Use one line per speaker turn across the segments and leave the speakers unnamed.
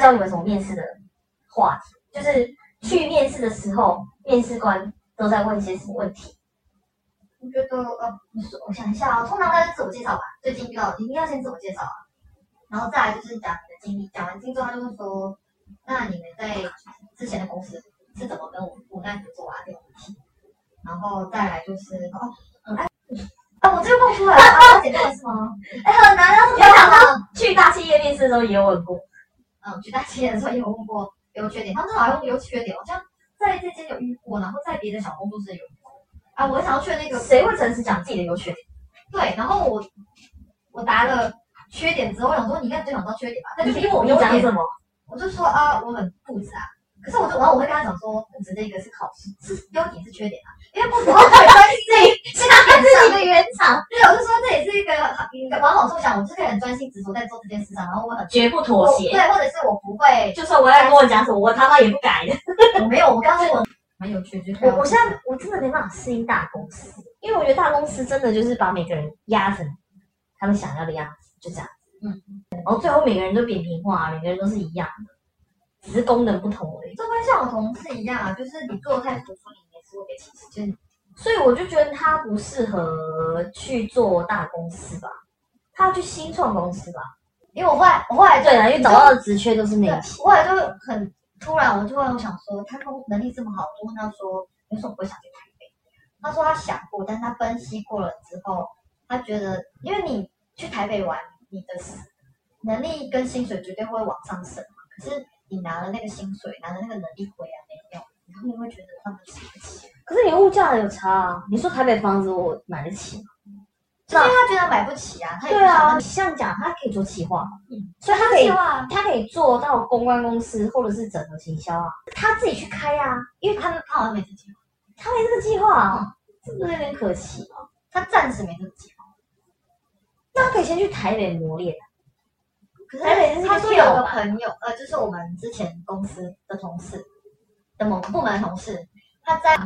教你们什么面试的话题，就是去面试的时候，面试官都在问些什么问题。
我觉得呃，你说我想一下啊，通常大家自我介绍吧，最近遇到一定要先自我介绍啊，然后再来就是讲你的经历，讲完经历之后他就会说，那你们在之前的公司是怎么跟我我那合作啊这种问题，然后再来就是哦，嗯哎，啊
哦
我这 个蹦出来了，啊，姐妹是吗？
哎，很难啊！
有想到。
去大企业面试的时候也有问过，
嗯，去大企业的时候也有问过优缺点，他们正好用优缺点，好像在这间有遇过，然后在别的小工作室有遇过。啊，我想要去那个
谁会诚实讲自己的优缺点？
对，然后我我答了缺点之后，我想说你应该最想到缺点吧，他就逼我
你
优
讲
点，
什么？
我就说啊，我很固执啊。可是我就，然后我会跟他讲说，固执这一个是好事，是优点是缺点啊，因为不我觉得这一是
这
他
是你的原厂，
对，我就说这也是一个一个往好处想，我就是可以很专心执着在做这件事上，然后我很
绝不妥
我
协。
对，或者是我不会，
就算我要跟我讲什么，我他妈也不改的。
我没有，我刚刚说我蛮有趣，就 是
我我现在我真的没办法适应大公司，因为我觉得大公司真的就是把每个人压成他们想要的样子，就这样。
嗯，
然后最后每个人都扁平化，啊每个人都是一样的，只是功能不同而已。
就跟像我同事一样啊，就是你做的太突出，你也是会被歧视。就是
所以我就觉得他不适合去做大公司吧，他要去新创公司吧。
因为我后来，我后来就
对了，因为找到的职缺都是那
对，
些。
我后来就很突然，我就会想说，他能能力这么好，我就问他说，为什么不会想去台北？他说他想过，但是他分析过了之后，他觉得，因为你去台北玩，你的能力跟薪水绝对会往上升嘛，可是你拿了那个薪水，拿了那个能力回来没有，然后你会觉得他们吃不起，
可是你物价有差啊！你说台北房子我买得起吗？
就是因为他觉得买不起啊，他也
啊
不
对
想
啊，
那
你像讲他可以做企划，
嗯
所以他
么
可以
计划啊。
他可以做到公关公司或者是整合行销啊，他自己去开啊，因为
他们他好像没自己
他没这个计划啊，这不是有点可惜吗？
他暂时没这个计划。
那他可以先去台北磨练啊，
可
台北是
他
个
说有
跳
个
板
朋友，呃，就是我们之前公司的同事的某个部门的同事，他在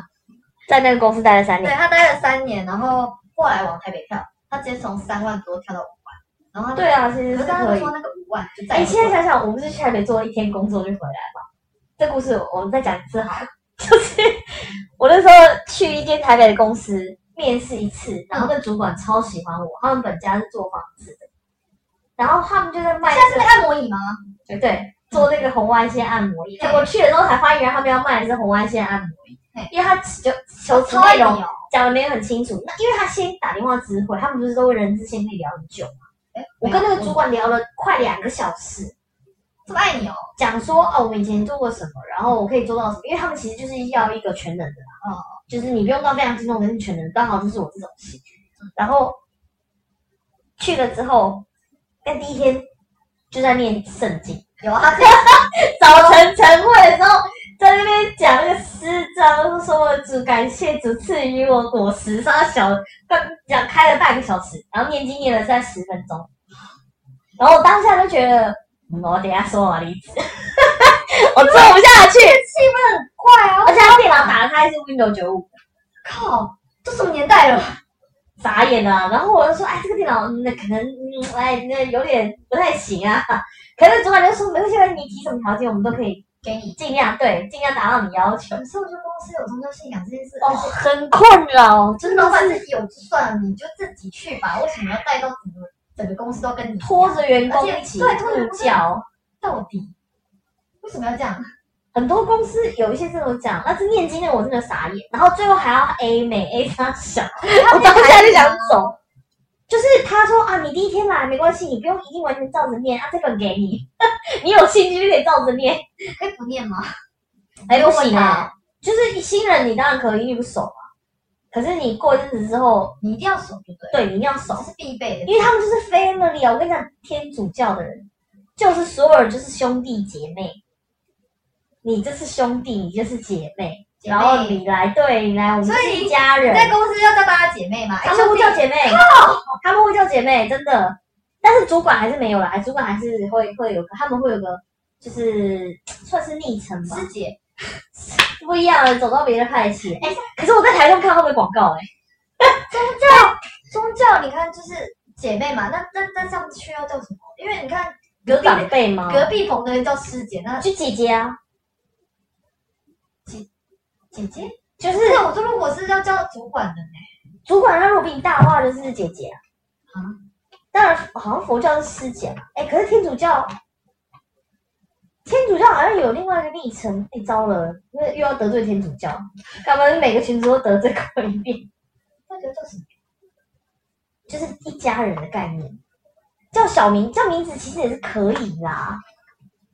在那个公司待了三
对
年。
他待了三年，然后后来往台北跳，他直接从三万多跳到五万，然后他
对啊，其实是
可是他
可
就
以
说。那个五万就再
哎、
也不
现在
会
想想，我们是去台北做一天工作就回来嘛。这故事我们再讲一次好了， 就是我那时候去一间台北的公司面试一次，然后那主管超喜欢我，他们本家是做房子的，然后他们就在卖
现在
这
是
个
那个按摩椅吗？
对对，做那个红外线按摩椅。结果去了之后才发现，原来他们要卖的是红外线按摩椅
嘿，
因为他就求
我
职
超爱
内
你
容
哦！
讲的没有很清楚。那因为他先打电话知会，他们不是都会人事先可以聊很久嘛。
哎
我跟那个主管聊了快两个小时，
这么爱你哦，
讲说哦，我们以前做过什么，然后我可以做到什么，因为他们其实就是要一个全能的啦，
哦
嗯就是你不用到非常精通，可是全能，刚好就是我这种型。然后去了之后，但第一天就在念圣经，
有啊，他自己
早晨晨会的时候，在那边讲那个诗章，说主感谢主赐予我果实，上小讲开了半个小时，然后念经念了在十分钟，然后我当下就觉得，嗯我等一下说我要离职， 我做不下去，
怪哦，
而且他电脑打开是 Windows 九五，
靠，这什么年代了？
傻眼了、然后我就说，哎，这个电脑嗯那可能，嗯哎，那有点不太行啊。可是主管就说，没关系，你提什么条件，我们都可以
给你，
尽量对，尽量达到你要求。
有时候就公司有宗教信仰这件事，
哦，很困扰，真的
老板
是
自己有就算了，你就自己去吧，为什么要带到整个整个公司都跟你
拖着员工
而且
一起
对拖着员
助
工
教。
到底？为什么要这样？
很多公司有一些这种讲，但是念经的我真的傻眼，然后最后还要 A 美 A 他 小，我当下就想走。就是他说啊，你第一天来没关系，你不用一定完全照着念啊，这本给你， 你有兴趣就可以照着念。
可以不念吗？
哎，不
不行
行啊
啊，
就是新人你当然可以，因为你不熟嘛。可是你过一阵子之后，
你一定要守，对不对？
对你一定要熟，
这是必备的。
因为他们就是 family 啊。我跟你讲，天主教的人就是所有人就是兄弟姐妹，你就是兄弟，你就是姐妹，
姐妹
然后你来，对你来，我们
所以
是一家
你
人。
在公司要叫大家姐妹嘛？
他们
哎兄
会
弟
叫姐妹，哦他们会叫姐妹，真的。但是主管还是没有来，主管还是会会有个，他们会有个就是算是昵称吧，
师姐，
不一样的，走到别的派系。哎、可是我在台中看到那个广告、哎，
宗教你看就是姐妹嘛，那那那这样去要叫什么？因为你看
有
隔壁
长辈吗？
隔壁棚的人叫师姐，那
就姐姐啊，
姐姐，
就是
对，我说如果是要叫主管的呢，
主管他如果比你大的话，就是姐姐啊。
啊
当然，好像佛教是师姐嘛。哎，可是天主教，天主教好像有另外一个昵称。哎，糟了，因为又要得罪天主教，他们每个群族都得罪过一遍，
那个叫什么？
就是一家人的概念。叫小名叫名字其实也是可以啦。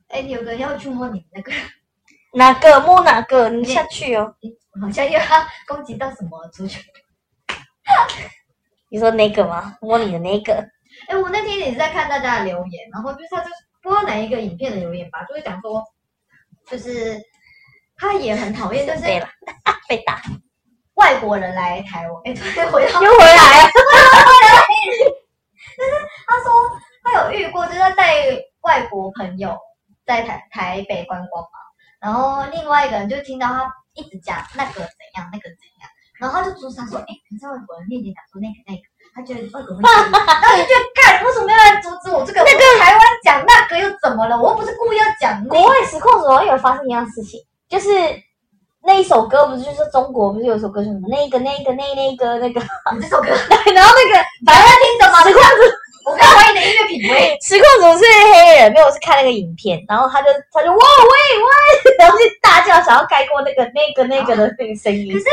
哎，有个人要去摸你那个，
哪个摸哪个，你下去哦。
好像又要攻击到什么族群？
你说哪个吗？摸你的那个。
哎，我那天也是在看大家的留言，然后就是他就不知道哪一个影片的留言吧，就是讲说，就是他也很讨厌，就是
对 了，被打
外国人来台湾，哎，对，回到
又回来 啊。
他说他有遇过，就是他带外国朋友在台台北观光嘛，然后另外一个人就听到他一直讲那个怎样，那个怎样，然后他就阻止他说，哎、可是外国人面前讲说那个那个，他觉得外国人会介意，然后就觉得干，为什么要来阻止我这个？ 那个台湾讲那个又怎么了？我又不是故意要讲那
国外实况组好像有发生一样的事情，就是那一首歌不是就是中国不是有一首歌叫什么那个那个那那个那个，
你这首歌，
然后那个
反正听什么？
实况组
我看怀疑你的音乐品味。
实况组是黑人，没有我是看那个影片，然后他就他就哇喂喂，然后就大叫想要盖过那个那个那个的那个声音
啊可。是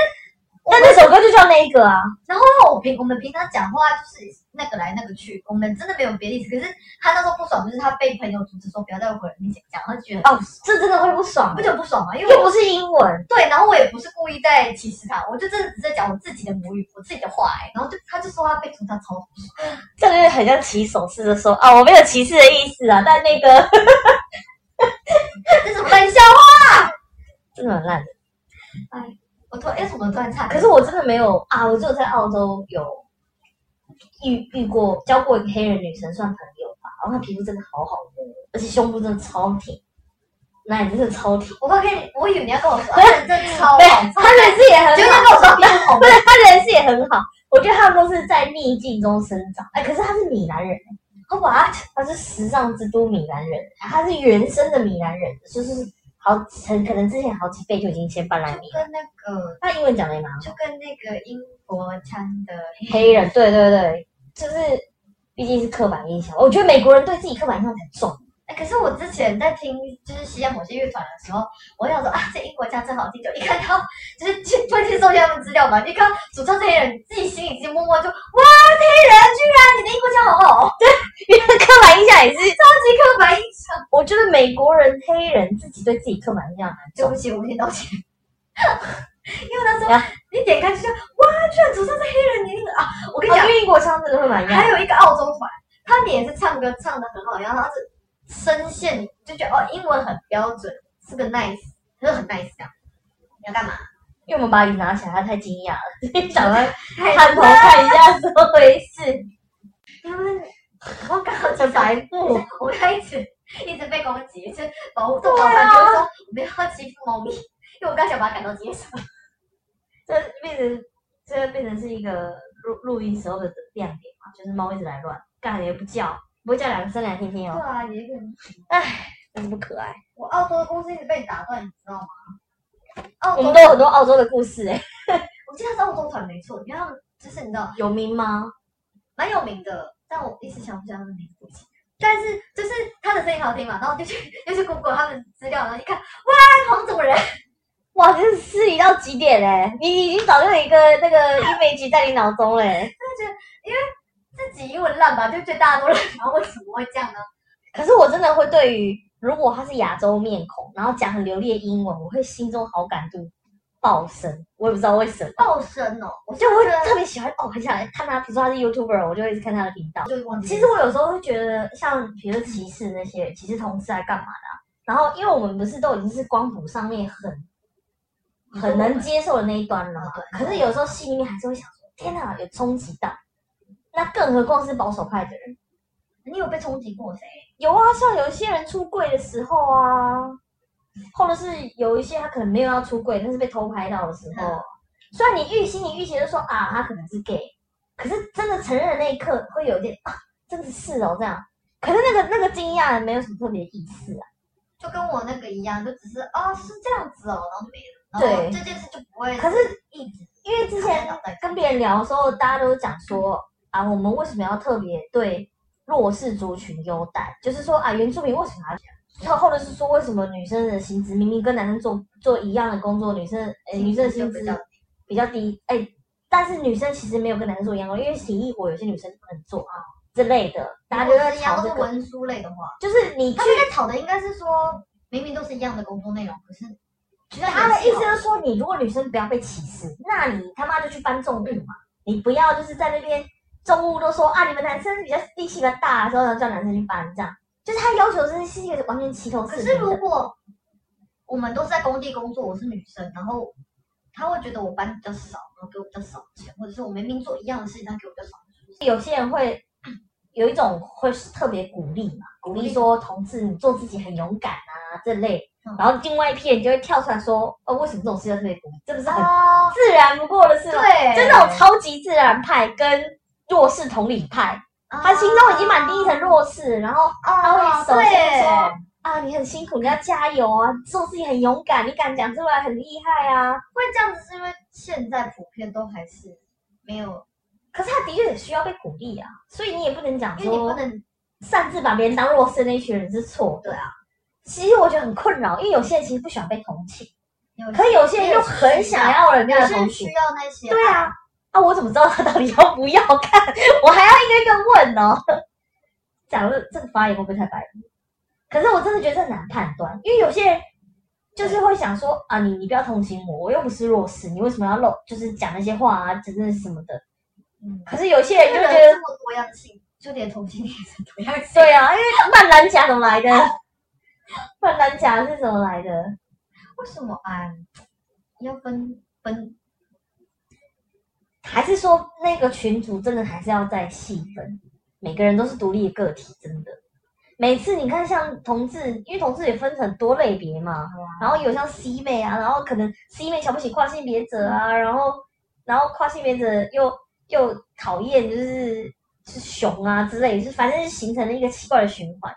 但那首歌就叫那个啊，
然后因为我平我们平常讲话就是那个来那个去，我们真的没有别的意思。可是他那时候不爽，就是他被朋友阻止说不要在外国人面前讲，他就觉得
哦，这真的会不爽啊
不，就不爽嘛，因为
又
我
不是英文，
对，然后我也不是故意在歧视他，我就真的只是在讲我自己的母语，我自己的话、哎，然后就他就说他被阻止，他超不爽
这个就很像起手式的说啊，我没有歧视的意思啊，但那个
这是什么烂笑话？
真的很烂。
我突然哎，什么突然差？
可是我真的没有啊，我只有在澳洲有遇遇过交过一个黑人女生，算朋友吧。然后她皮肤真的好好的，而且胸部真的超挺，奶真的超挺。
我怕跟你，我以为你要跟我说，啊真的超好，
对，
超
她人是也很
结果
好
他，跟我说别人好
不是她人是也很好。我觉得他们都是在逆境中生长。哎，可是她是米兰人，哦
好吧？
她是时尚之都米兰人，她是原生的米兰人，就是好很可能之前好几辈就已经先搬来米
就
兰。
跟那个
她英文讲的也蛮好。
就跟那个英国腔的
黑人，对对对，就是毕竟是刻板印象。我觉得美国人对自己刻板印象很重，
哎，可是我之前在听就是西洋某些乐团的时候，我想说啊，这英国腔真好听，就一看到就是去专心搜集他们资料嘛，一看到主唱是黑人，自己心里已经默默就哇，黑人居然你的英国腔好哦好，
因为刻板印象也是，
超级刻板印象。
我觉得美国人黑人自己对自己刻板印象很
对
重
不。起，我先道歉。 因为那时候
啊
你点开就像哇，居然主唱是黑人，你那个啊，我跟你讲
哦，因为英国腔真的会蛮一
还
样。
有一个澳洲团，他们也是唱歌唱的很好，然后他是声线就觉得哦，英文很标准，是个 nice，就是很 nice 这样。你要干嘛？
因为我们把雨拿起来，他太惊讶了， 想要探
看
头看一下怎么回事，
他们，我刚好
很白
我
目。
我一直一直被攻击，就保护动保团就说我们要欺负猫咪，因为我刚想把它赶到街上。
这变成这变成是一个录录音时候的亮点嘛，就是猫一直来乱，干也不叫，不会叫两声来听听
对
哦，
啊，也可能。
真不可爱。
我澳洲的公司一直被打断，你知道吗？澳
我
洲
们，都有很多澳洲的故事哎、
我记得是澳洲团没错，因为他们就是你知道
有名吗？
蛮有名的，但我一时想不起来他的名字。但是就是他的声音好听嘛，然后就去就去 Google 他们资料，然后一看，哇，黄种人，
哇，这是失礼到极点嘞、欸你已经早就有一个那个 image 在你脑中欸嘞、
自己英文烂吧，就觉得大家都烂，然后为什么会这样呢？
可是我真的会对于如果他是亚洲面孔，然后讲很流利的英文，我会心中好感度爆升，我也不知道为什么。
爆声哦，我
我
就
就会
觉得
特别喜欢哦，很想看他，比如说他是 YouTuber，我就会一直看他的频道。
就忘记
其实我有时候会觉得，像比如说歧视那些歧视同事来干嘛的啊、然后因为我们不是都已经是光谱上面很很能接受的那一端了
嗯，对
可是有时候心里面还是会想说，天哪，有冲击到。那更何况是保守派的人，
你有被冲击过谁？
有啊，像有一些人出柜的时候啊，或者是有一些他可能没有要出柜，但是被偷拍到的时候，
嗯
虽然你预期你预期就说啊，他可能是 gay，可是真的承认的那一刻会有点啊，真的是哦这样，可是那个那个惊讶没有什么特别意思啊。
就跟我那个一样，就只是哦是这样子哦，然后就没了，然后
对
这件事就不会
可是
一直
因为之前
好像
跟别人聊的时候，大家都讲说啊，我们为什么要特别对弱势族群优待？就是说啊，原住民为什么要这样？后来是说，为什么女生的薪资明明跟男生做做一样的工作，女生呃女生的薪
就
资
比较低
比较低，哎、但是女生其实没有跟男生做一样的工作，因为洗衣活有些女生不能做啊之类的，大家就在
一样
吵
都
这
是
个，
文书类的话，
就是你去
他们在吵的应该是说明明都是一样的工作内容，可是
他的意思就是说，你如果女生不要被歧视，那你他妈就去搬重物嘛，你不要就是在那边重物都说啊，你们男生比较力气比较大的时候，然后叫男生去搬这样，就是他要求是是一个完全齐头
可
是
是
道
如
的。
果我们都是在工地工作，我是女生，然后他会觉得我班比较少，然后给我比较少钱，或者是我明明做一样的事情，他给我比较少钱。
有些人会有一种会特别鼓励嘛，鼓励说同志你做自己很勇敢啊这类
嗯，
然后另外一批人就会跳出来说，哦，为什么这种事要特别鼓励？这不是很
哦，
自然不过的事
对
吗？，就那种超级自然派跟弱势同理派。
啊
他心中已经满地一层弱势，然后他
哦
会，首先说
对，
啊，你很辛苦，你要加油啊，做自己很勇敢，你敢讲出来很厉害啊。
会这样子是因为现在普遍都还是没有，
可是他的确也需要被鼓励啊，所以你也不能讲
因为你不
说
能
擅自把别人当弱势那一群人是错的啊。其实我觉得很困扰，因为有些人其实不喜欢被同情，
有
可有些人又很想
啊
要人家的
是
同
需
情。
要那些
对啊，啊，我怎么知道他到底要不要看？我还要一个一个问哦。讲了这个发言会不会太白目？可是我真的觉得这很难判断，因为有些人就是会想说啊，你你不要同情我，我又不是弱势，你为什么要露就是讲那些话啊，真的是什么的？
嗯，
可是有些人
这
就
个
觉
人
得
这么多样性，就哎连同性恋也是多样性。
对啊，因为曼兰甲怎么来的？ 曼兰甲是怎么来的？
为什么啊？要分分
还是说那个群组真的还是要再细分，每个人都是独立的个体，真的。每次你看像同志，因为同志也分很多类别嘛，
啊
然后有像 C 妹啊，然后可能 C 妹瞧不起跨性别者啊，然后然后跨性别者又又讨厌就是是熊啊之类，就反正是形成了一个奇怪的循环。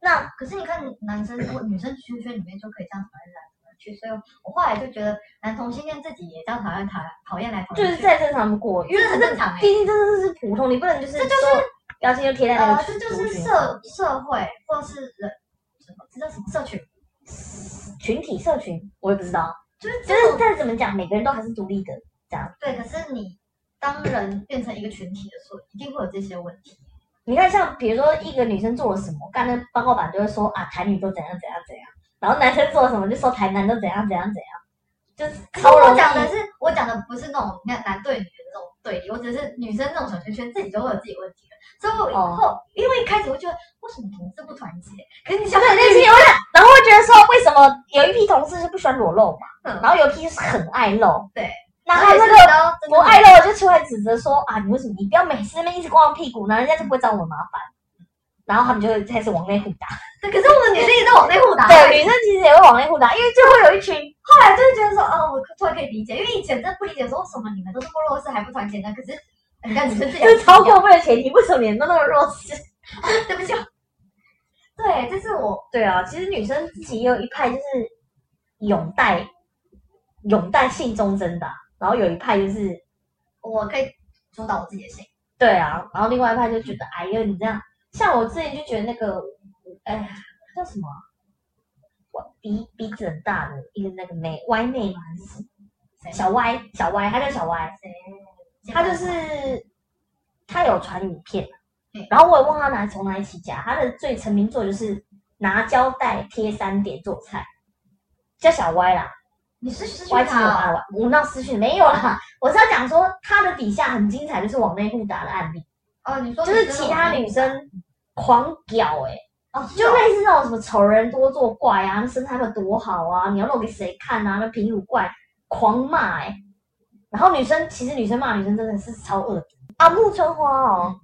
那
可是你看男生或女生圈圈里面就可以这样讨厌来讨厌去，所以我后来就觉得男同性恋自己也这样讨厌讨讨厌来讨
就
厌
是
去，
再正常不过，因为
哦这很正常哎、
毕竟这真的是普通，你不能就是这就是标签就贴在那
呃
个，
这
群
就
族
是
群
社社会或是人，什么这叫什么社群？
群体社群，我也不知道。
就是
就
这
是
种
但是怎么讲，每个人都还是独立的，这样。
对。可是你当人变成一个群体的时候，一定会有这些问题。
你看，像比如说一个女生做了什么，刚才报告版就会说啊，台女都怎样怎样怎样，然后男生做了什么就说台男都怎样怎样怎样，就是
可是
超容
我
易
讲的是，我讲的不是那种男男对女的那种对立，我只是女生那种小圈圈自己就会有自己问题了。所以我以
哦
后，因为一开始我觉得为什么同志不团结？可是
就
你想
是
想，
内心有点，然后会觉得说为什么有一批同事是不喜欢裸露嘛，
嗯
然后有一批就是很爱露，
对，
那他
这
这个
个
不爱露的就出来指责说啊，你为什么你不要每次那边一直光屁股，然后人家就不会找我麻烦，然后他们就会开始往内互打。
对，可是我们女生也在往内互打。
对，女生其实也会往内互打，因为就会有一群
后来就会觉得说，哦，我突然可以理解，因为以前真的不理解说为什么你们都是过弱势还不团结呢？可是 人家女生自己还
这是超过分的前提，为什么你们都那么弱势？
对不起哦。对，这是我
对啊，其实女生自己也有一派就是拥戴拥戴性忠贞的啊、然后有一派就是
我可以主导我自己的心。
对啊，然后另外一派就觉得哎呀你这样，像我之前就觉得那个哎呀叫什么啊、我鼻鼻子很大的一个那个妹歪妹嘛还是什么
谁
小歪小歪，她叫小歪，
谁
他就是他有传影片
对，
然后我也问他哪从哪里起家，他的最成名作就是拿胶带贴三点做菜，叫小歪啦，
你是失去
歪七扭
他
八
哦，
的无闹私讯没有啦， 我是要讲说他的底下很精彩，就是往内互打的案例，
哦，你说
就是其他女生狂屌哎、
哦，
就类似那种什么丑人多作怪啊，那身材有多好啊，你要露给谁看啊？那平乳怪狂骂哎、然后女生其实女生骂女生真的是超恶的啊，木村花哦，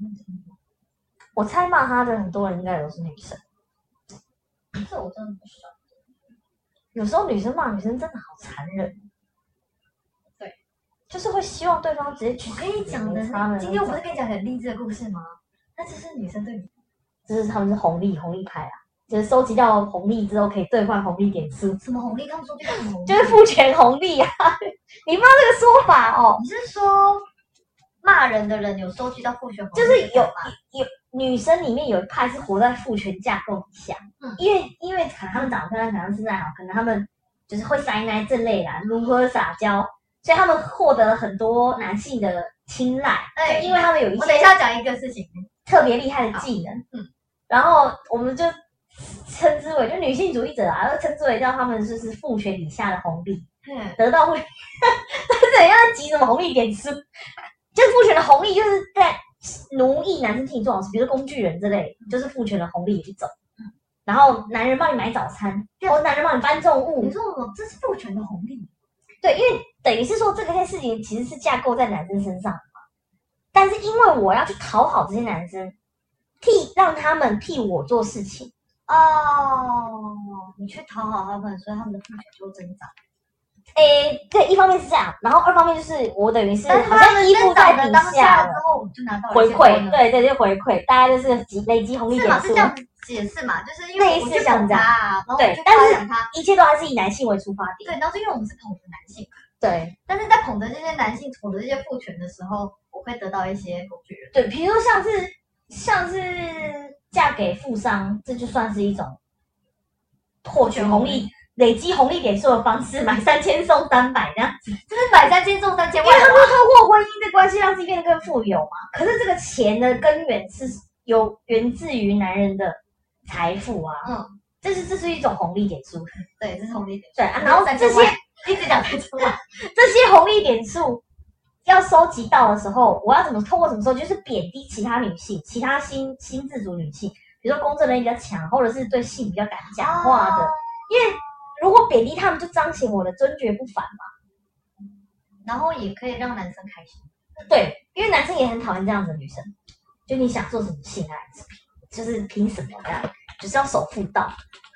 我猜骂她的很多人应该都是女生，
这我真的不爽。
有时候女生骂女生真的好残忍。
对，
就是会希望对方直接去
我跟你讲的
没差的那
是，
种
今天我不是跟你讲很励志的故事吗？那就是女生对你，
就是他们是红利红利派啊，就是收集到红利之后可以兑换红利点数，
什么红利？刚刚说这个什么红利？
就是父权红利啊！ 你不知道这个说法哦，
你是说骂人的人有收集到父权红利
就是有
吗？
有女生里面有一派是活在父权架构底下，
嗯
因为因为可能他们长得漂亮，可能身材好，可能他们就是会塞奶这类啦，如何撒娇，所以他们获得了很多男性的青睐，
哎
就因为他们有一
我等一
些
下讲一个事情，
特别厉害的技能，
嗯，
然后我们就称之为就女性主义者啊，就称之为叫他们就是父权以下的红利，
嗯，
得到会， 但是人家急什么红利点数，就是父权的红利就是在奴役男生替你做好事，比如说工具人之类，就是父权的红利一种。然后男人帮你买早餐，然后男人帮你搬重
你
物，
说我这是父权的红利，
对，因为等于是说这件事情其实是架构在男生身上的嘛。但是因为我要去讨好这些男生，替让他们替我做事情，
哦，你去讨好他们，所以他们的父权就增长，
诶，对，一方面是这样，然后二方面就是我等于是
但是
好
他
像
们
依附
增长
在
的
底
当
下
下
了
之。后，我就拿到了
回
一些 bonus
馈，对对对，回馈，大概就是积累积红利
是
点
嘛？是
数
这，样解释嘛？就是因
类
为
似
我去
像
捧
这
他
样
啊，然后我
对
去
但
夸
是
奖他，
一切都还是以男性为出发点。
对，然后是因为我们是捧着男性，
对
但是在捧着这些男性、捧着这些父权的时候，我会得到一些工具人。
对，比如说像是像是嫁给富商，这就算是一种获取红利、累积红利点数的方式，买三千送三百这样子。
就是买三千中三 千
因为
万
他们通过婚姻的关系让自己变得更富有嘛。可是这个钱的根源是有源自于男人的财富啊，
嗯，
这是这是一种红利点数。
对，这是红利点。
对啊，然后
三
这
千
些
万一直讲三千万，
这些红利点数要收集到的时候，我要怎么通过什么时候，就是贬低其他女性、其他新新自主女性，比如说公正能力比较强，或者是对性比较敢讲话的，
哦
因为如果贬低他们，就彰显我的尊爵不凡嘛。
然后也可以让男生开心。
对，因为男生也很讨厌这样子的女生，就你想做什么性爱，就是凭什么这样，就是要守妇道，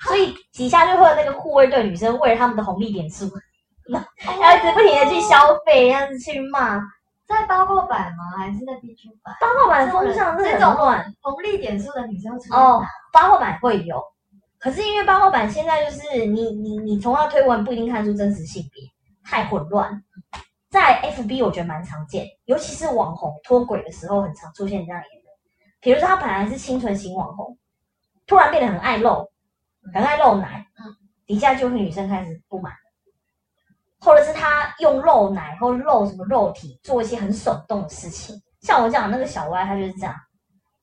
所以底下就会有那个护卫队女生为了他们的红利点
哦
数， 然后一直不停的去消费，这样子去骂。
在八卦版吗？还是在 B G 版？
八卦版的风向真
这
的
种
很乱。
红利点数的女生会出现
哦
吗，
八卦版会有，可是因为八卦版现在就是你你你从他推文不一定看出真实性别，太混乱。在 FB 我觉得蛮常见，尤其是网红脱轨的时候，很常出现这样的言论。比如说他本来是清纯型网红，突然变得很爱露，很爱露奶，
嗯
底下就会女生开始不满，或者是他用露奶或露什么肉体做一些很耸动的事情。像我讲的那个小歪，他就是这样，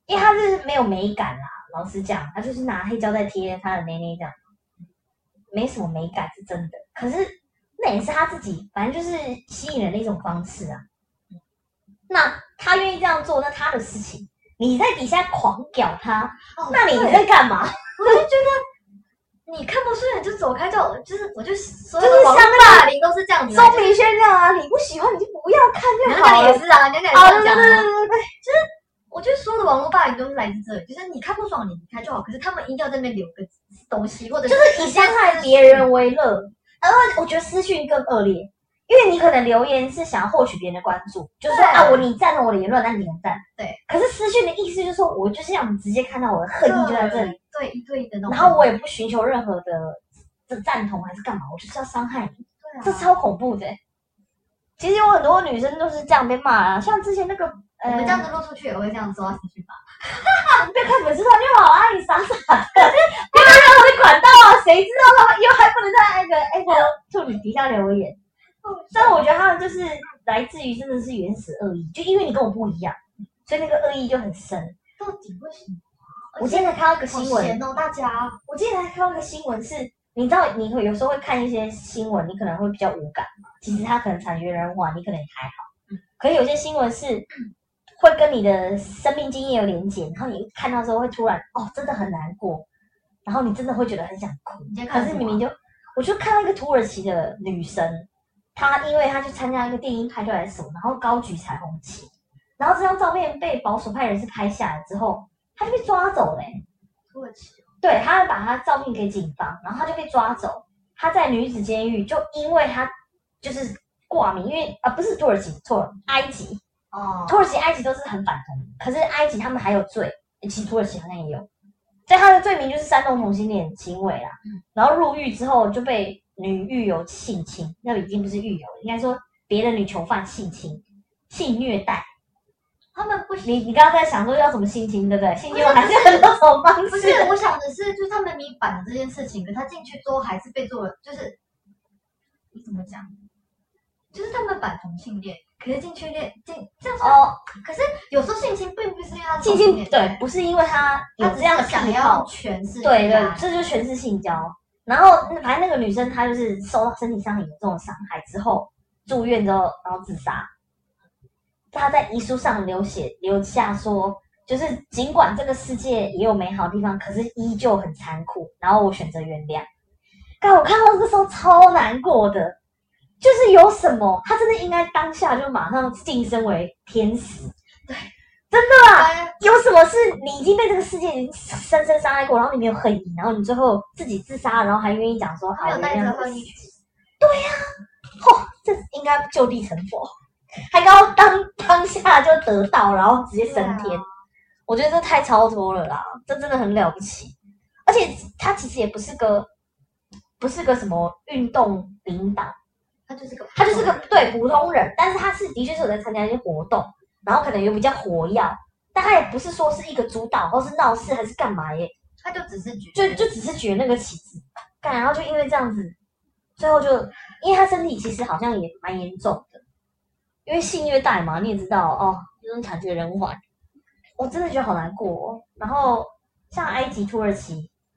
因为他是没有美感啦。啊老实讲，他就是拿黑胶在贴他的内内这样，没什么美感是真的。可是那也是他自己，反正就是吸引人的一种方式啊。那他愿意这样做，那他的事情。你在底下狂屌他，
哦
那你
对
在干嘛？
我就觉得你看不顺眼就走开，叫我就是我就所有
就是
的网络
像那个
霸凌都是这样子
钟
来的。
明轩这样啊，你不喜欢你就不要看就
娘
好
娘
了
也。是啊，娘娘
啊，
也
对对
是这样
对
讲
对
啊。
对对，
我觉得所有的网络霸凌都是来自这里，就是你看不爽你离开就好，可是他们一定要在那边留个东西，或 者
就是以伤害别人为乐。然后我觉得私讯更恶劣，因为你可能留言是想要获取别人的关注，就是说
对
啊，我你赞同我的言论，那你点赞。
对。
可是私讯的意思就是说，我就是让你直接看到我的恨意就在这里，
对啊一对一的那种。
然后我也不寻求任何的的赞同还是干嘛，我就是要伤害你，
对啊
这超恐怖的欸、其实有很多女生都是这样被骂啊，像之前那个
我
呃，
们这样子录出去也会这样说私讯吧。
被看粉丝团就好啊，你傻傻的，不要让我的管道啊，谁知道他们又还不能在那个 Apple 处女底下留言？但我觉得他们就是来自于真的是原始恶意，就因为你跟我不一样，所以那个恶意就很深。
到底为什么？啊
我今天才看到一个
好
新闻，
闲哦，大家。
我今天才看到一个新闻是，你知道你会有时候会看一些新闻，你可能会比较无感嘛，其实它可能惨绝人寰，你可能也还好。
嗯
可是有些新闻是会跟你的生命经验有连结，然后你一看到之后会突然哦，真的很难过，然后你真的会觉得很想哭。
你先
可
看什
是
么啊
明明就，我就看到一个土耳其的女生，她因为她去参加一个电音派对还是什么，然后高举彩虹旗，然后这张照片被保守派人士拍下来之后，她就被抓走了欸、
土耳其
对，她把她照片给警方，然后她就被抓走。她在女子监狱，就因为她就是挂名，因为啊、不是土耳其，错了，埃及，
哦，
土耳其、埃及都是很反同，可是埃及他们还有罪，其实土耳其好像也有，对，他的罪名就是煽动同性恋行为啦。
嗯
然后入狱之后就被女狱友性侵，那已经不是狱友，应该说别的女囚犯性侵、性虐待。
他们 不行。
你你刚刚在想说要怎么性侵，对不对？性侵
不是
还是很多种方
不
式
是。，我想的是，就是他们明摆了这件事情，可他进去之后还是被做了，就是你怎么讲？就是他们反同性恋，可是进去恋进这样说、
哦，
可是有时候性侵并不是因为他
性侵对，，不是因为他有
哦他只
这样的
是想
癖
要啊
好，
诠释
对对
他，
这就是全是性交。然后那反正那个女生她就是受到身体上很严重的伤害之后住院之后，然后自杀。她在遗书上留写留下说，就是尽管这个世界也有美好的地方，可是依旧很残酷。然后我选择原谅。但我看到这个时候超难过的，就是有什么，她真的应该当下就马上晋升为天使。
他
有什么是你已经被这个世界已经深深伤害过，然后你没有恨意，然后你最后自己自杀，然后还愿意讲说
他没
好，
有带
原
着
谅这个
恨
世
意
界，嚯，这应该就地成佛，还刚当当下就得到，然后直接升
对
天，
啊
我觉得这太超脱了啦，这真的很了不起，而且他其实也不是个不是个什么运动领导。
他就是个
他就是个嗯对普通人，但是他是的确是有在参加一些活动，然后可能有比较活跃，但他也不是说是一个主导或是闹事还是干嘛耶，
他就只是举
就就只是举了那个旗子，干，然后就因为这样子，最后就因为他身体其实好像也蛮严重的，因为性虐待嘛，你也知道哦，就是惨绝人寰，我真的觉得好难过、哦。然后像埃及、土耳其，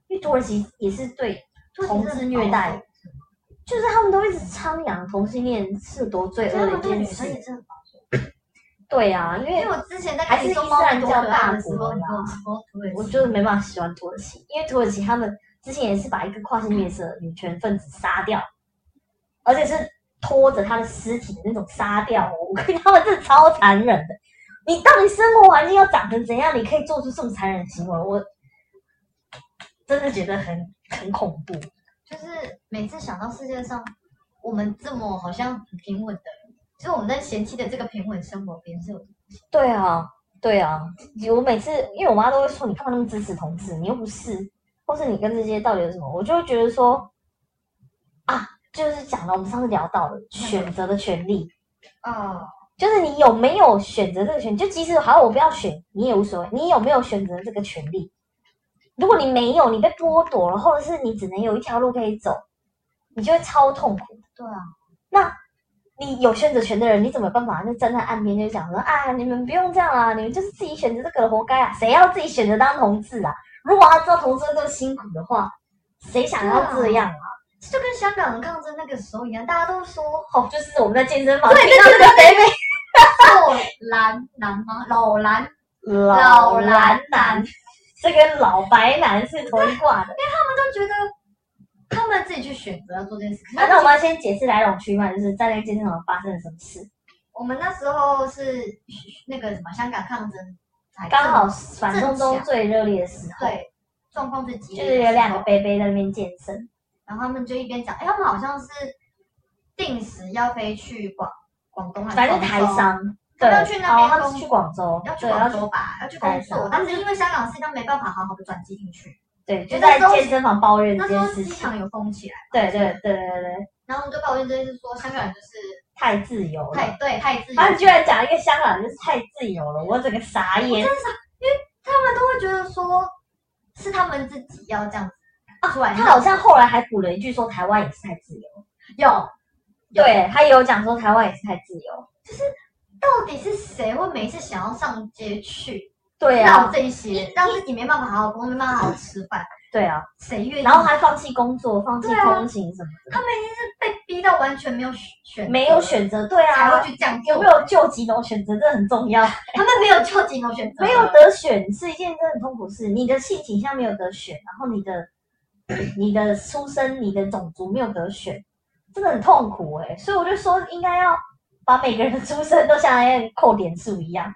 因为土耳其也是对同志虐
哦
待，就是他们都一直倡扬同性恋是多罪
所以
恶
他
的
们
一
对
件
女生
事。
也是很保护。
对啊，因
因为
为
我之前在
还
看
是
你说
伊斯
猫
兰
咪多
教
可
大
爱的时
国
候，你跟我
啦
说土耳其，
我就是没办法喜欢土耳其，因为土耳其他们之前也是把一个跨性别者女权分子杀掉，而且是拖着他的尸体的那种杀掉哦。我跟他们真的超残忍的。你到底生活环境要长成怎样，你可以做出这么残忍的行为？我真的觉得很 很恐怖。
就是每次想到世界上我们这么好像很平稳的，就是我们在嫌弃的这个平稳生活，别人是有
对啊，对啊，我每次因为我妈都会说，你干嘛那么支持同志？你又不是，或是你跟这些到底有什么？我就会觉得说，啊，就是讲了我们上次聊到的选择的权利，
哦，
就是你有没有选择这个权利？就即使好像我不要选，你也无所谓，你有没有选择这个权利？如果你没有，你被剥夺了，或者是你只能有一条路可以走，你就会超痛苦。
对啊，
你有选择权的人，你怎么有办法就站在岸边就讲说啊，你们不用这样啊，你们就是自己选择这个活该啊，谁要自己选择当同志啊？如果他知道同志这么辛苦的话，谁想要这样啊？
这就跟香港人抗争那个时候一样，大家都说
哦，就是我们在健身房听到那个北美
老蓝哦 男吗？老蓝，
老
蓝
蓝男，这跟老白男是同一挂 的。
他们都觉得他们自己去选择要做这件事。可是
啊那我们要先解释来龙去脉，就是在那个健身房发生了什么事。
我们那时候是那个什么香港抗争才
刚好反正中最热烈的时候，
对状况最激
就
烈，
是有两个杯杯在那边健身，
然后他们就一边讲，哎，他们好像是定时要飞去广广东还是
反正
广州
台商。对，
他们要去那边
哦他们
工
是去广州，
要去
对，要
广
去
州吧，要去工
台
作，
商
但是因为香港的事情，他没办法好好的转机进去。
对，就
就
在
那时候
健身房抱怨
那
这
时
件
候
事
机
情。
场有封起来，
对对对对对，
然后我们就抱怨这件事，说香港人就是
太自由了。
太对太自由，
他居然讲一个香港人就是太自由了，我整个傻眼。
他们都会觉得说是他们自己要这样子出来
啊他
闹。
好像后来还补了一句说台湾也是太自由，
有有
对他也有讲说台湾也是太自由。
到底是谁会每次想要上街去
对
闹
啊，
这些，让自己没办法好好工作，没办法好好吃饭？
对啊，
谁愿意？
然后还放弃工作，放弃
对啊
通勤什么
他们已经是被逼到完全没有选选
的，
择，
没有选择。对
才
啊
会，去这样做
有没？有救急能选择这很重要。
他们没有就近有选择，
没有得选是一件真的很痛苦的事。你的性倾向没有得选，然后你的、你的出身、你的种族没有得选，真的很痛苦哎、所以我就说，应该要把每个人的出身都像那个扣点数一样，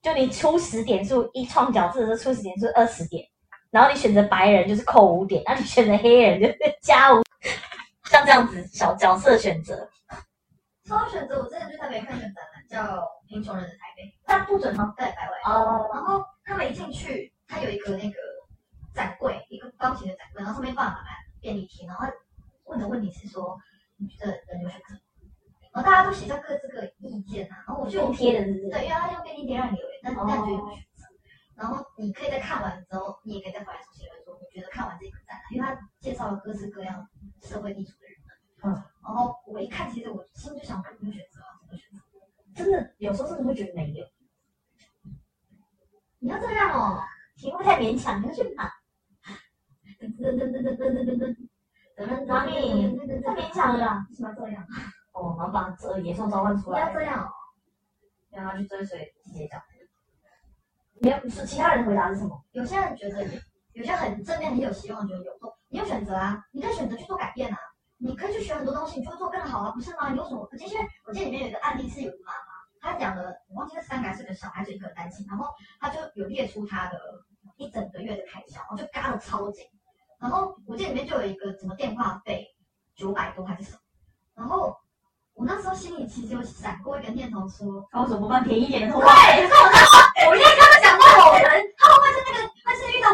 就你初始点数一创角制的初始点数二十点，然后你选择白人就是扣五点，那你选择黑人就是 加五，像这样子小角色选择。
超选择，我之前去台北看一个展览，叫《贫穷人的台北》，
那不准吗？
在百万。
哦
然后他们一进去，他有一个那个展柜，一个钢琴的展柜，然后上面放了满满便利贴，然后问的问题是说，你觉得人留学可以？然后大家都写下各自各的意见啊，然后我就
用贴的是不是？
对，因为他用便利贴让你留言，但
哦
但觉得有选择。然后你可以在看完之后，你也可以再回来重新留言说，你觉得看完这个展览，因为他介绍了各式各样社会地处的人。
嗯。
然后我一看，其实我心里就想，怎么选择啊？怎么选择？
真的有时候真的会觉得没有，
你要这样哦，
题目太勉强，你要去哪？
噔噔噔噔噔噔噔噔噔，
哪里太勉强了啦。
为什么要这样？
哦，然后把这野兽召唤出
不要
来，
这样哦，
让他去追随季节角。没有，是其他人的回答是什么？
有些人觉得有，有些很正面、很有希望，觉得有做，你有选择啊，你可以选择去做改变啊，你可以去学很多东西，你就会做更好啊，不是吗？你有什么？我记得我记得里面有一个案例是有个妈妈，她养了我忘记是三个还是个小孩子一个单亲，然后她就有列出她的一整个月的开销，然后就嘎的超紧，然后我记得里面就有一个什么电话费九百多还是什么，然后我那时候心里其实有闪过一个念头说。
他为哦什么不办便宜一点的通 话？
对，可是我那时候，我一定跟他讲过，我人他会不会是那个，他是遇到，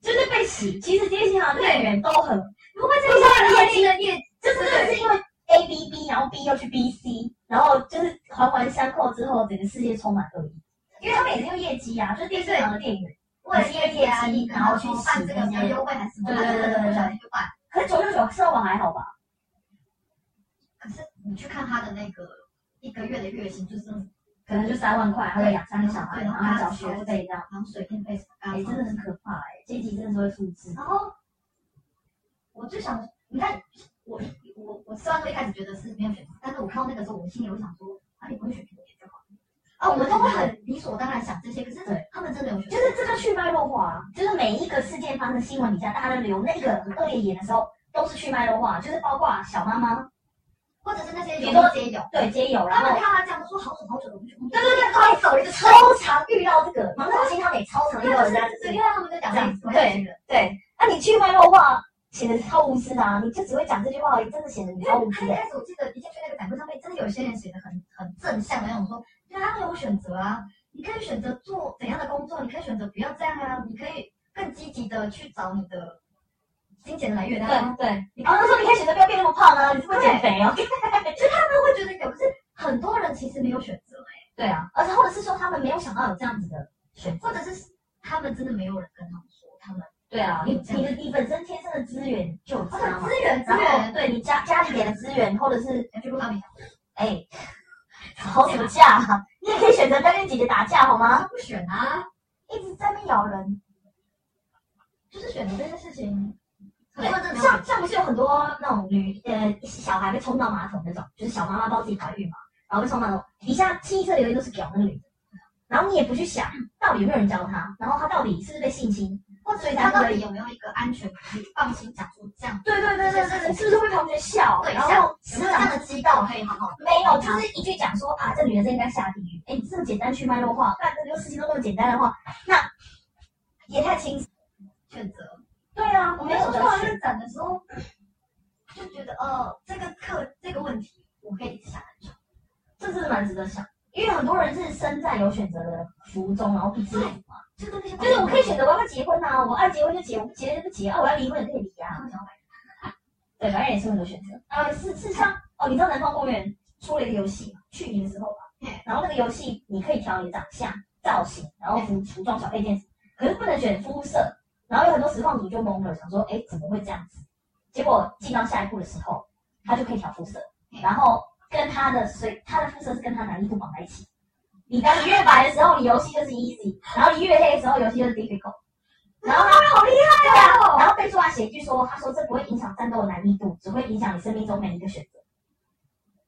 就是被洗。其实这些银行店员都很，
会不会是遇到业绩的业，
就是真的是因为 A B B，然后 B 又去 B C，然后就是环环相扣之后，整个世界充满恶意。因为他们也是用业绩啊，就是电视行的店员，
为了业绩啊，你然后去办这个比较优惠还是什么，他可能不小心就办。
可是九九九社网还好吧？
可是你去看他的那个一个月的月薪，就是
可能就三万块，还有两三个小孩，然后还缴学费这样，
然后水电费什么
哎、真的很可怕哎、阶级真的是会复制。
然后我就想，你看我我我虽然说一开始觉得是没有选择，但是我看到那个时候，我心里我想说，啊，你不会选别的就好了。啊，我们都会很理所当然想这些，可是
对
他们真的有选
就是这个去脉络化，啊就是每一个事件发生新闻底下，大家都留那个很恶劣眼的时候，都是去脉络化，就是包括小妈妈
或者是那些
比如
有
说
街友，
对街友，然
他
后
们看他这样都说好久好久了，我们就
对对对，
快
快
走
手
一
一
个
个
车
超，常遇到这个，忙到心他们也超常遇到人家这
对，
个。
因为他们就讲
这
这
样
样，对，
对，那、你去脉络化显得超无私的啊，你就只会讲这句话而已，真的显得你
因
超无
为
私哎
他一
的、
开始我记得一进去那个展柜上面，真的有些人写的很很正向的那种说，对啊，他有选择啊，你可以选择做怎样的工作，你可以选择不要这样啊，你可以更积极的去找你的金钱来源啊，
对，然哦后他说你可以选择不要变那么胖啊，你是不是减肥哦？
他们会觉得有，可是很多人其实没有选择哎、
对啊，而且或者是说他们没有想到有这样子的选择。
或者是他们真的没有人跟他们说，他们
对啊，你你的你本身天生的资源就有
他
差
的
嘛，
资源资
然后
源，
对你家家里给的资源，或者是
要去不到你
哎，吵什么架、啊？你也可以选择在跟姐姐打架好吗？
啊，不选啊。
一直在那边咬人。
就是选择这件事情，很
对
多人真的没有选
像像不是有很多那种女呃小孩被冲到马桶那种，就是小妈妈抱自己怀孕嘛，然后被冲到马桶，底下清一色留言都是屌那个女的，然后你也不去想到底有没有人教她，然后她到底是不是被性侵，或者
所以
她
他
到
到
底
底有没有一个安全可以放心讲出这样
对对对对对，是不是会旁边笑？
对
然
象，
后
有
师
没有这
长
样的机构可以好好
没有，就是一句讲说啊，这女人真应该下地狱。哎，你这么简单去脉络化，干这个事情都那么简单的话，那也太轻松。
选择？
对啊，
我
没
们
有
说
得
到
选。
这展的时候，就觉得哦，这个课这个问题我可以一直想很久，
这真的蛮值得想，因为很多人是身在有选择的福中，然后不知福嘛。
就是那些
就是我可以选择我要不要结婚啊，我爱结婚就结，我不结就不结啊，我要离婚也可以离啊。 对，反正也是很多选择。啊，是是像哦，你知道南方公园出了一个游戏嘛？去年的时候吧
嗯，
然后那个游戏你可以调你的长相、造型，然后服服装、小配件，可是不能选肤色。然后有很多实况组就懵了，想说，哎，怎么会这样子？结果进到下一步的时候，他就可以调肤色，
嗯
然后跟他的随他的肤色是跟他男衣服绑在一起。你当你越白的时候，你游戏就是 easy；然后你越黑的时候，游戏就是 difficult。然后他们好厉害啊！然后备注他写一句说，他说这不会影响战斗的难易度，只会影响你生命中每一个选择。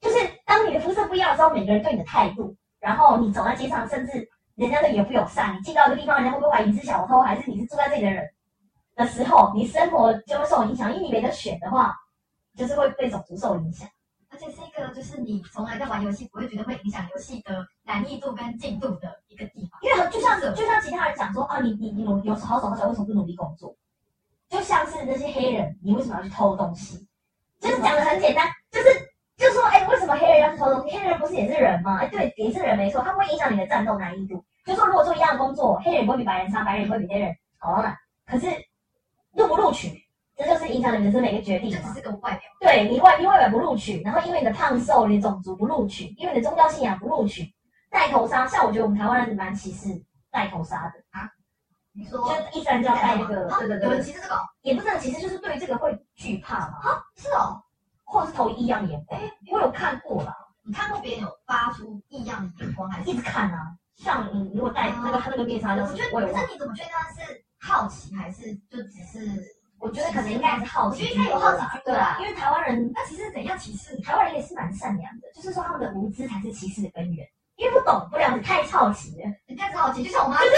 就是当你的肤色不一样的时候，每个人对你的态度，然后你走在街上，甚至人家对你也不友善，你进到一个地方，人家会不会怀疑你是小偷，还是你是住在这里的人的时候，你生活就会受影响，因为你没得选的话，就是会被种族受影响。
而且是一个就是你从来在玩游戏不会觉得会影响游戏的难易度跟进度的一个地方，
因为就像就像其他人讲说啊，你你你努有时候好手好脚，为什么不努力工作？就像是那些黑人，你为什么要去偷东西？就是讲的很简单，就是就说哎、为什么黑人要去偷东西？黑人不是也是人吗？哎、对，也是人没错，他不会影响你的战斗难易度。就说如果做一样的工作，黑人不会比白人差，白人不会比黑人好到哪，可是录不录取，这就是影响你人生的一个决定
这
嘛
只。是个外表，
对你外因为外表不录取，然后因为你的胖瘦、你的种族不录取，因为你的宗教信仰不录取，戴头纱，像我觉得我们台湾人蛮歧视戴头纱的，
你说
就是伊斯兰教戴那个，
啊
对对
有人
对，
其实这个哦
也不是很歧视，就是对于这个会惧怕嘛，
是哦，
或者是投异样眼光，我有看过啦，
你看过别人有发出异样的眼光还是
一？直看啊，像你如果戴那个他那个面纱叫
我
什
觉
么，我也
得，可
忘了，
是你怎么确定他是好奇还是就只是？
我觉得可能应该是好奇
我觉得
心
应该有好奇
啦
心
对
啦
啊，因为台湾人
那其实怎样歧视你？
台湾人也是蛮善良的，就是说他们的无知才是歧视的根源，因为不懂不了解太好奇了。
人家只好奇，就像我妈，就是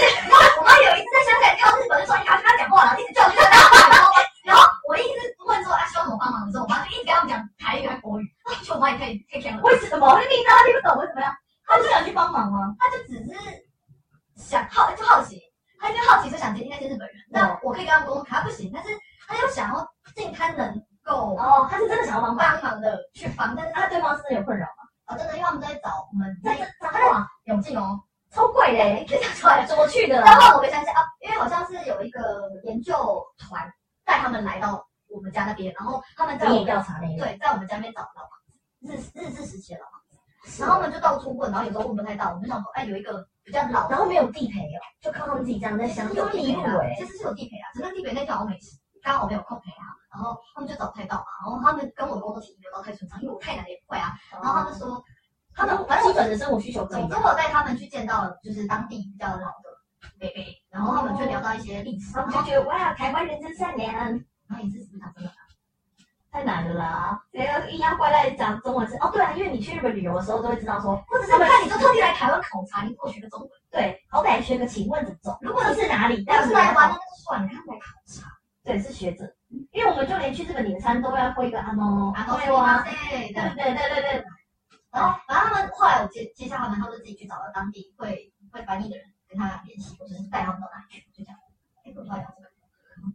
我妈有一次在香港看到日本人说你赶快跟他讲话了，一直叫我去他打话，哦然后我一直问说啊需要什么帮忙的时候，我妈就一直跟他们讲台语还国语，然后我妈也可以可以讲了，
为什么？明明知道他听不懂，为什么要？他不想去帮忙吗？
她就只是想好就好奇，她就好奇就想接近那些日本人，那我可以跟他们沟通，她不行，但是她又想要尽她能够
哦，他是真的想要帮忙。
帮忙的去帮，但是她
那对方是真的有困扰吗？
哦真的，因为他们都在找我们
那
在
这他哇，
永靖哦，
超贵嘞！
可以讲出来。
怎么去的
但后来我回想一下啊，因为好像是有一个研究团带他们来到我们家那边，然后他们在
田
我
野调查那个。
对，在我们家那边找不到房子，日日治时期的老房子，
是
然后我们就到处问，然后有时候问不太到，我们就想说，哎，有一个比较老的，
然后没有地陪哦，就靠他们自己这样在
其
乡
实
间
有
迷
地
路
陪啦，
哎。
其实是有地陪啦，只是地陪那天好像没事，刚好没有空陪他们，然后他们就找不太到嘛，然后他们跟我的工作体没有到太顺畅，因为我太难也不会啊，然后他们说，他
他
们
们
反
反正哦基
正我
本的生活需求可以
总之，。我带他们去见到就是当地比较老的北北，然后他们就聊到一些历史，
然
然
后
后
就觉得哇，台湾人真善良，
然后也是市场真的
太难了啦！谁要硬要怪在讲中文是哦，对啊，因为你去日本旅游的时候都会知道说，哦
或者是看你都特地来台湾考察，你获取个中文，
对，好歹学个请问怎么走。
如
如
果
果
你
你是哪里，
但
但
是
是
来
来
玩
玩
那个就算了，你看来考察，
对是学者，因为我们就连去日本点餐都要会一个阿喏
然后
对啊，对
对
对。
对
对对对。
然后反正他们后来我接接下他们，他们就自己去找了当地会会翻译的人跟他联系，我只是带他们到哪里去，就这样。哎，我突然想这个，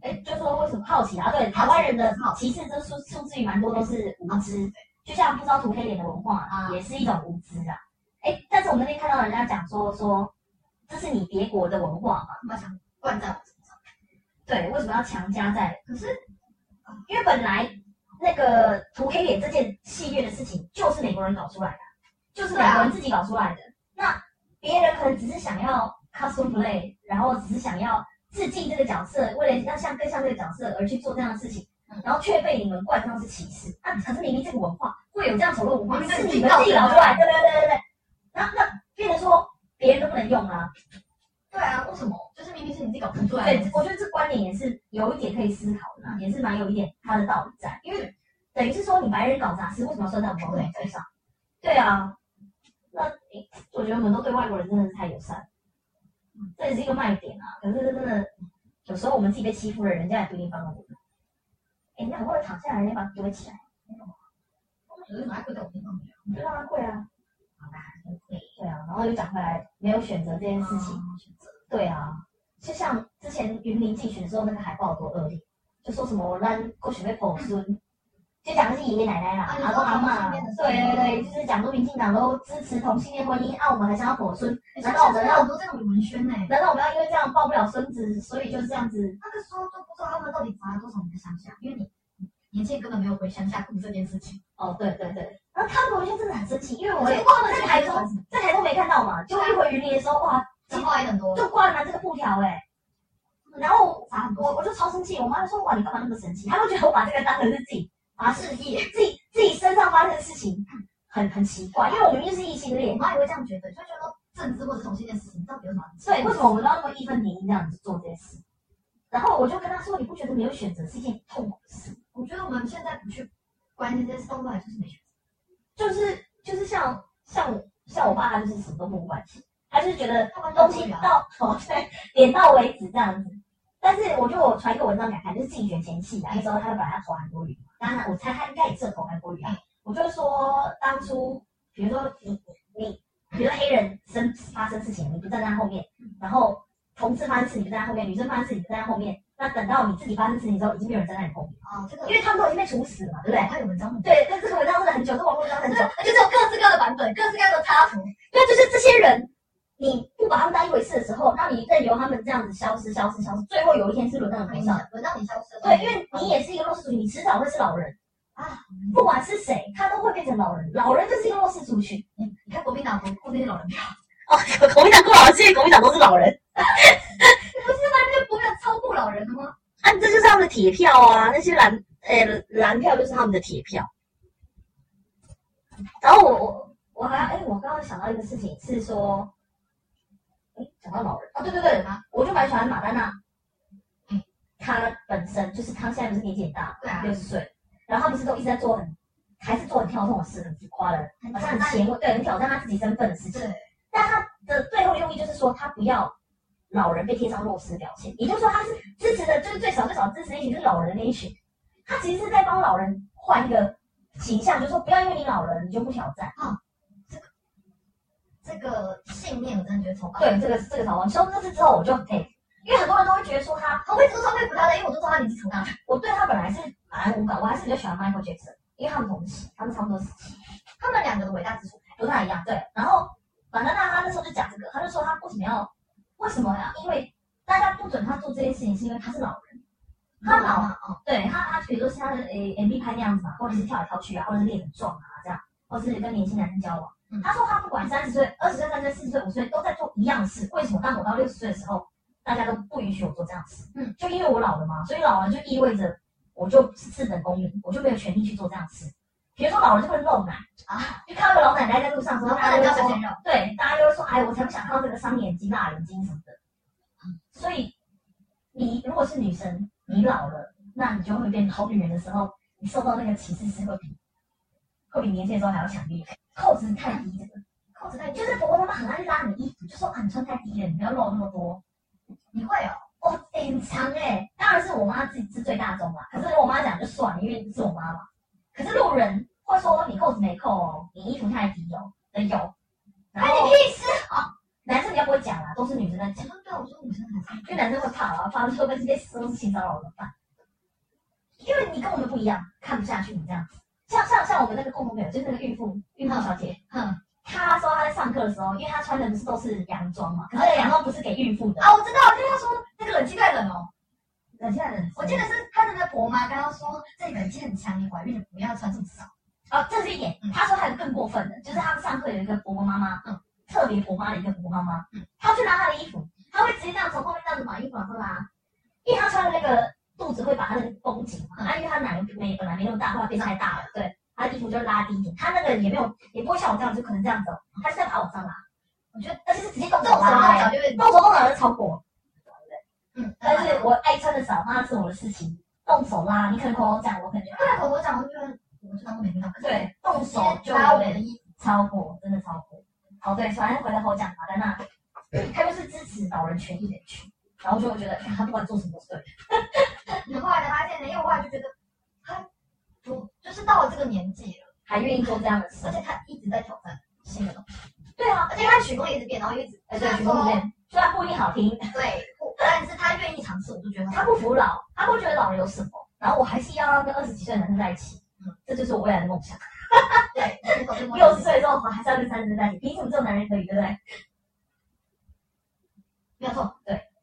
哎，就说为什么好奇啊？对，台湾人的歧视这出出自于蛮多都是无知，就像不知道涂黑脸的文化
啊
啊，也是一种无知啊。哎，但是我们那天看到人家讲说说，这是你别国的文化嘛？
他们想灌在我身上，
对，为什么要强加在？
可是
因为本来那个涂黑脸这件戏谑的事情就是美国人搞出来的，就是美国人自己搞出来的。那别人可能只是想要 cosplay，然后只是想要致敬这个角色，为了要像更像这个角色而去做这样的事情
嗯，
然后却被你们冠上是歧视。那、可是明明这个文化会有这样丑陋文化，
明明
是
是
你们自己搞出来的，对对对对对。那那变成说别人都不能用啊，
对啊，为什么？就是明明是你自己搞不出来
对
的，，
我觉得这观点也是有一点可以思考的啊，也是蛮有一点它的道理在，因为等于是说你白人搞杂事，为什么要算在我们白人身上？对啊，那诶我觉得我们都对外国人真的是太友善
嗯，
这也是一个卖点啊。可是真的有时候我们自己被欺负了，人家也不一定帮了我们。哎，那我躺下来，人家把你丢起来，
有人拿过在我身上没有？
你就让他跪啊。对啊，然后又讲回来，没有选择这件
哦
事情。对啊，就像之前云林竞选的时候，那个海报多恶劣，就说什么让过去被捧孙，就讲的是爷爷奶奶啦，
嗯啊你
阿
说
公阿
同性
妈
恋的，时候
对对对，就是讲说民进党都支持同性恋婚姻，啊，我们还想要捧孙，
难
难
道
道
我
我
们
们
要
要
很多这种文宣呢？
难道我们要因为这样抱不了孙子，所以就是这样子？
那个时候就不知道他们到底砸了多少人的乡下，因为你年轻人根本没有回乡下顾这件事情。
哦，对对对，然后看朋友圈真的很生气，因为我
而
们
且
在台中在台中没看到嘛，就一回云林的时候，哇，
讲话也很多，
就挂了这个布条哎、然后
砸很
我
多
我就超生气，我妈就说哇你干嘛那么生气？她都觉得我把这个当成是自己啊是
事业。
自己自己身上发生的事情，很很奇怪，因为我们就是异性
我
恋，
妈也会这样觉得，就觉得政治或者同性恋事情到底有什么好
所以为什么我们都要那么义愤填膺这样子做这件事？然后我就跟她说，你不觉得没有选择是一件痛苦的事？
我觉得我们现在不去关心这些事，到后来就是没选择。
就是就是像像我像我爸，他就是什么都不关心，他就是觉得
他们
东西到头对点到为止这样子。但是我觉得我传一个文章给他，就是竞选前夕啊，那时候他就把他投韩国语，当然我猜他应该也是投韩国语啊。我就说当初，比如说你你，比如说黑人生发生事情，你不站在他后面，然后同事发生事情你不站在他后面，女生发生事情你不站在他后面，那等到你自己发生事情之后，已经没有人站在你后面，
啊，这个
因为他们都已经被处死了嘛，对不对？
还有文章很多，
对，但这个文章真的很久，这个网络文章很久。
而且这有各式各样的版本，各式各样的插图。
对，就是这些人，你不不把他们当一回事的时候，让你任由他们这样子消失、消失、消失，最后有一天是轮到你
没
身
事
上。，
轮到你消失了。
对，因为你也是一个弱势族群，你迟早会是老人
啊，
不管是谁，他都会变成老人。老人就是一个弱势族群。
你看国民党国国民党老人票，
哦， 国民党不好，现在国民党都是老人，
不是吗？那国民党超过老人的吗？
啊，这就是他们的铁票啊，那些蓝呃、蓝票就是他们的铁票。然后我我我还哎、我刚刚想到一个事情是说，哎、讲到老人哦，对对对，
啊，
我就蛮喜欢马丹娜
嗯，
她本身就是她现在不是年纪很大，
对啊
六十岁，然后她不是都一直在做很，还是做很跳动的事，很浮夸的，
很
好像很前卫，对，很挑战她自己身份的事情。
对，
但她的最后用意就是说，她不要老人被贴上弱势的标签，也就是说，她是支持的，就是最少最少支持的一群就是老人那一群，她其实是在帮老人换一个形象，就是说不要因为你老了你就不挑战。
这个信念我真的觉得超棒。
对，这个这个小王，你说这次之后我就很佩服，因为很多人都会觉得说她
啊，我一直都超佩服他的，因为我都知道他年纪超大。
我对他本来是蛮无感，我还是比较喜欢 Michael Jackson，因为他们同期，他们差不多时期，
他们两个的伟大之处，
不太一样。啊对，然后反正那他那时候就讲这个，他就说他为什么要，为什么要，因为大家不准他做这件事情，是因为他是老人，他老
啊，哦，
对他他比如说是他的诶 MV 拍那样子嘛，或者是跳来跳去啊，或者是练很壮啊这样，或者是跟年轻男生交往。
嗯
他说他不管三十岁、二十岁、三十岁、四十岁、五十岁都在做一样的事，为什么？当我到六十岁的时候，大家都不允许我做这样的事。
嗯，
就因为我老了嘛，所以老了就意味着我就是次等公民，我就没有权利去做这样的事。比如说老了就会漏奶
啊，
就看到一个老奶奶在路上，
然
然后
后
大
他
家
的
就
叫
会
小
说
鲜肉，
对，大家就会说，哎，我才不想看到这个伤眼睛、辣眼睛什么的。所以，你如果是女生，你老了，那你就会变好女人的时候，你受到那个歧视是会比会比年轻的时候还要强烈。扣子太低，这个
扣子太低
就，是婆婆妈妈很爱拉你衣服，就说啊，你穿太低了，你不要露那么多。
你会哦，
哦，欸很长哎、当然是我妈自己是最大宗啦。可是我妈讲就算了，因为是我妈嘛。可是路人会说你扣子没扣哦，你衣服太低哦，的有。然
关
后
你屁事！
哦男生比较不会讲啦，都是女生在讲，
讲对，我说女生还是
因为男生会怕啊，怕说被被说是性骚扰怎么办？因为你跟我们不一样，看不下去你这样子。像像像我们那个共同朋友，就是那个孕妇孕妇小姐，
哼啊，
她说她在上课的时候，因为她穿的不是都是洋装嘛，可是那个洋啊装不是给孕妇的，
我知道，我听他说那个冷气太冷哦，
那现在人
我记得是他的那个婆妈跟他说，这里冷气很强，你怀孕了不要穿这么少。
哦，这是一点。他说还有更过分的，就是他们上课有一个婆婆妈妈，
嗯，
特别婆妈的一个婆婆妈妈，
嗯，
她去拿她的衣服，她会直接这样从后面这样子把衣服往上拉，啊因为她穿的那个肚子会把她的绷紧嘛，
嗯
啊，因为她奶没本来没那么大，后来变太大了，对，她的衣服就拉低一点，她那个也没有也不会像我这样，就可能这样子、哦，她是在把它往上拉，
我觉得
而且是直接动
这
手
种时候
拉、欸，
早就被
动手动脑就超过，
嗯，
但是我爱穿的少，那是我的事情，动手拉，你可能口口讲，我可能就
后来口头讲，我就觉得我就当做没听到。可是
对，动手就
拉我
累
们的衣服，
超过，真的超过。好，对，反正回来和我讲嘛，在那，他就是支持老人权益的群，然后就会觉得哎他不管做什么都是对的。
然后后来才发现呢，因为我后来就觉得他，我就是到了这个年纪了，
还愿意做这样的事
而。且他一直在挑战新的东西，
对啊，
而且他曲风也一直变，然后一直
哎，
虽
对，
然
群众
说
面虽然不一定好听，
对，但是他愿意尝试，我就觉得
他不服老，他不觉得老人有什么，然后我还是一样要跟二十几岁的男生在一起，嗯，这就是我未来的梦想。
对，
六十岁之后我还是要跟三十岁在一起，凭什么这种男人可以，对不对？
没有错，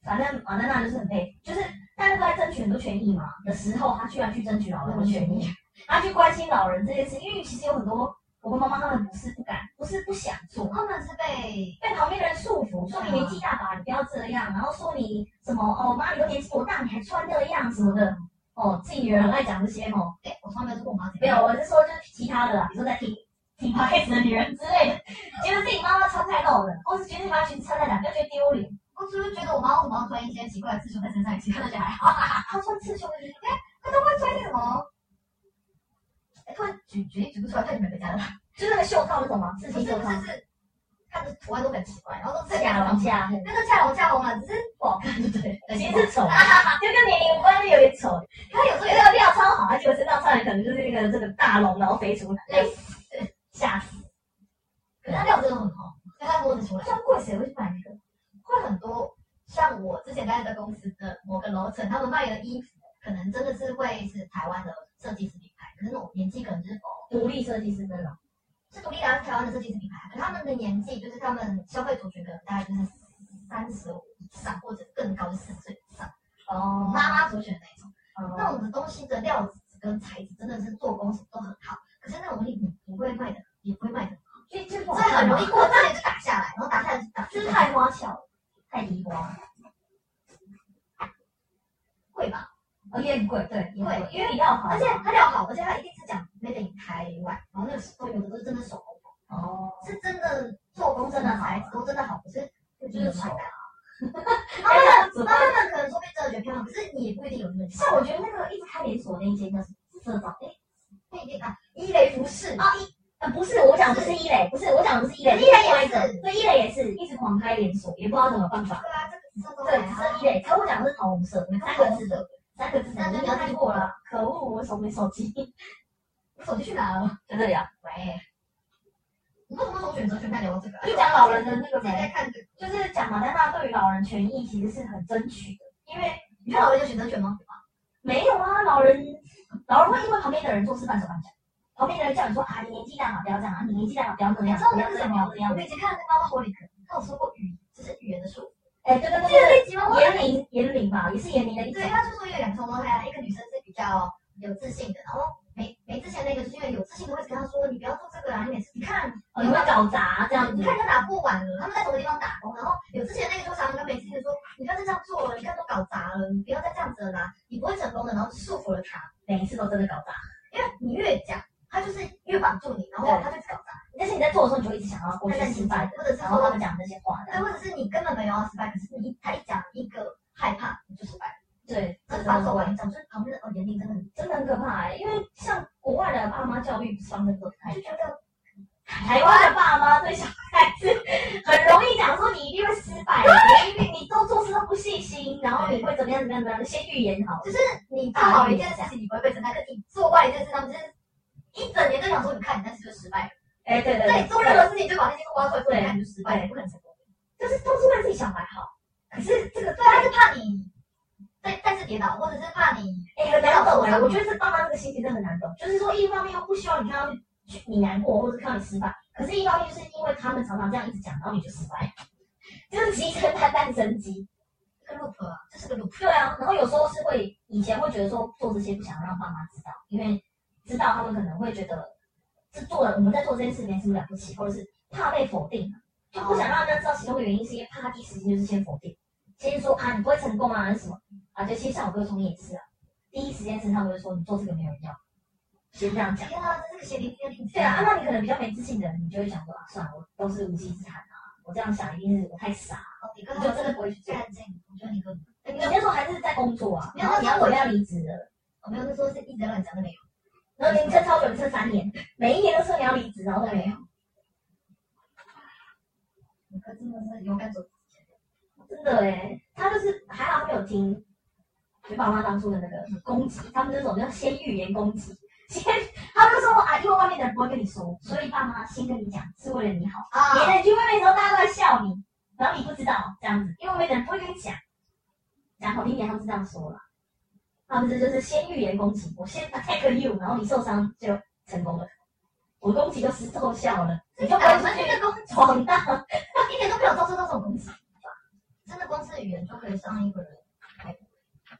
反正马丹娜就是很佩服，就是大家都在争取很多权益嘛的时候，他居然去争取老人的权益。他去关心老人这件事，因为其实有很多婆婆妈妈他们不是不敢，不是不想做，
他们是被
被旁边的人束缚，说你年纪大吧，你不要这样，然后说你什么哦，妈你都年纪多大，你还穿那样什么的，哦，自己女儿很爱讲这些哦。
哎，我从来没有做过我妈这
没有，
样，
我是说就是其他的啦，比如说在听听 p o d 的女人之类的，觉得自己妈妈穿太露了，或是觉得自己妈妈裙子穿太短，不要觉得丢脸。
我只是觉得我妈为什么要穿一些奇怪的刺绣在身上，其他的就还好，
她穿刺绣哎衣，
她都会穿那什么。哎，突然举举例举不出来，太久没回家了。
就是那个袖套那种嘛，刺
不
青
是
袖
不
套
是，是，它的图案都很奇怪，然后都
是
是
假龙虾，
那个恰龙恰红了，只是
不好看，对不对？
对
其实是丑， 就跟年龄无关，就有点丑。
它有
我
时候
觉
有
得料超好，而且我身上穿的可能就是那个这个大龙，然后飞出来，
类
类似哎吓死。
可是它料真的很好，所以它摸得出来，
专柜谁会去买那个？
会很多。像我之前待的公司的某个楼层，他们卖的衣服可能真的是会是台湾的设计师品牌，可是那种年纪可能就是哦，
独立设计师那种，
啊是独立的啊，是台湾的设计师品牌，可他们的年纪就是他们消费族群可能大概就是三十五以上，或者更高就四十岁以上，呃
哦
妈妈所选的那种。那
哦，
种的东西的料子跟材质真的是做工什么都很好，可是那种礼品不会卖的，也不会卖的，
这这
所以很容易过之年就打下来，然后打下来就打
这
下来，
太花巧了，
太离光，贵吧？
哦，也很贵，对，也很贵
贵，
因为比较好，
而且它料好，而且它一定是讲 made in 台湾，然后那个手工有的都是真的手工，
哦，
是真的做工真的材质都真的好，可是就是穿搭。
哎呀怎么
妈妈们可能说被真的觉得漂亮，可是你也不一定有那个。像
像
我
我觉得那个一直开连锁那一间叫什么社长，哎，
不一定啊，伊蕾服饰
啊一呃不是，我讲不是一磊，不是我讲不是一磊，
一磊也
歪
是
的，对一磊也是一直狂开连锁，也不知道怎么办法。
对啊，这个是都
对，只剩一磊，可我讲的是桃红色，三个字的，三个字的，
那就
你
你要
看
记
过
过
了
了。
可恶，我手没手机，
我手机去哪了？
在这里啊。
喂，你为什么从选择权再聊这个？
就讲老人的那个
现在
没，
看这个，
就是讲马丹娜对于老人权益其实是很争取的，因为
你看老人有选择权吗？
没有啊，老人老人会因为旁边的人做事半手半脚，旁边的人叫你说啊，你年纪大了不要这样啊，你年纪大了不要那
你
样
知道，
不
那
要
是
这
什
样，不
么
要那？样
我。以前看那个妈妈活里克，她有说过语，就是语言的束缚。
哎，对对对
记得
对
那集吗？
对，言龄言龄吧，也是言龄的一种
对，。他就说有两个双胞胎啊，一个女生是比较有自信的，然后没没自信的那个，就是因为有自信的会跟他说，你不要做这个啊，你每次你看
哦，有没有搞砸这
这
样
样，
子
你？看人家打破碗了，他们在什么地方打工，然后有之前那个就常常跟每次就说，你不要再这样做了，你看都搞砸了，你不要再这样子了啦，你不会成功的，然后就束缚了他，
每一次都真的搞砸。
因为你越讲，他就是越绑住你，然后他就搞砸，
但是你在做的时候，你就一直想要过去
他在
失
失
败
败
的，，
或者是
然后
说
他们讲这些话
对，
的。
或者是你根本没有要失败，可是你一他一讲一个害怕你就失败了，
对，
那
真的
把手腕一张，就是旁边的哦年龄真的很，
真的很可怕、欸，因为像国外的爸妈教育方针都不太一样
就觉得
台湾的爸妈对小孩子很容易讲说你一定会失败的，因为你都做事都不细心，然后你会怎么样怎么样怎么样，先预言好。
就是你做好一件事情你不会被称赞，可是你做坏一件事，他们就是一整年都想说你看你那次就失败了，
哎、对对
对，
对，
你做任何事情就把那些挖出来说
对
你看你就失败了，你不可能成功。
就是都是为自己小孩好。可是这个
对，他是怕你再再次跌倒，或者是怕你
哎、很难懂哎、我觉得这爸妈这个心情真的很难懂。就是说，一方面又不希望你看到你难过，或者看到你失败，可是一方面就是因为他们常常这样一直讲，然后你就失败，就是鸡生蛋，蛋生鸡。
这个 loop 啊，这是个 loop。
对啊，然后有时候是会以前会觉得说做这些不想让爸妈知道，因为知道他们可能会觉得这做了我们在做这件事没什么了不起，或者是怕被否定，就不想让人家知道其中的原因，是因为怕他第一时间就是先否定，先说啊你不会成功啊还是什么啊，就其实像我哥从业也是啊，第一时间是他们就说你做这个没有人要，先这样讲。
天啊，这是个邪灵天令。
对啊，啊那你可能比较没自信的人，你就会想说啊算了，我都是无稽之谈啊，我这样想一定是我太傻了。
哦，你哥他真的不会去做干净，我觉得你哥，
你
你
那时候还是在工作啊，
没有
然后你要准备要离职了。
我没有那时候是一直乱讲的没有。
然后你撑超久，你撑三年，每一年都说你要离职，然后都没有，
你哥真的是勇敢走。
真的哎，他就是还好他没有听，就爸妈当初的那个攻击，他们那种叫先预言攻 击，先他们就说啊，因为外面的人不会跟你说，所以爸妈先跟你讲是为了你好，
啊
免得你去外面的时候大家都在笑你，然后你不知道这样子，因为外面的人不会跟你讲，讲好听点，他们是这样说了，他们这就是先预言攻击，我先 attack you，然后你受伤就成功了，我攻击就失奏效了，你就不
我
会
们
去
这个公司
闯荡。
一点都没有遭受到这种攻击，真的光是语言就可以伤一个人。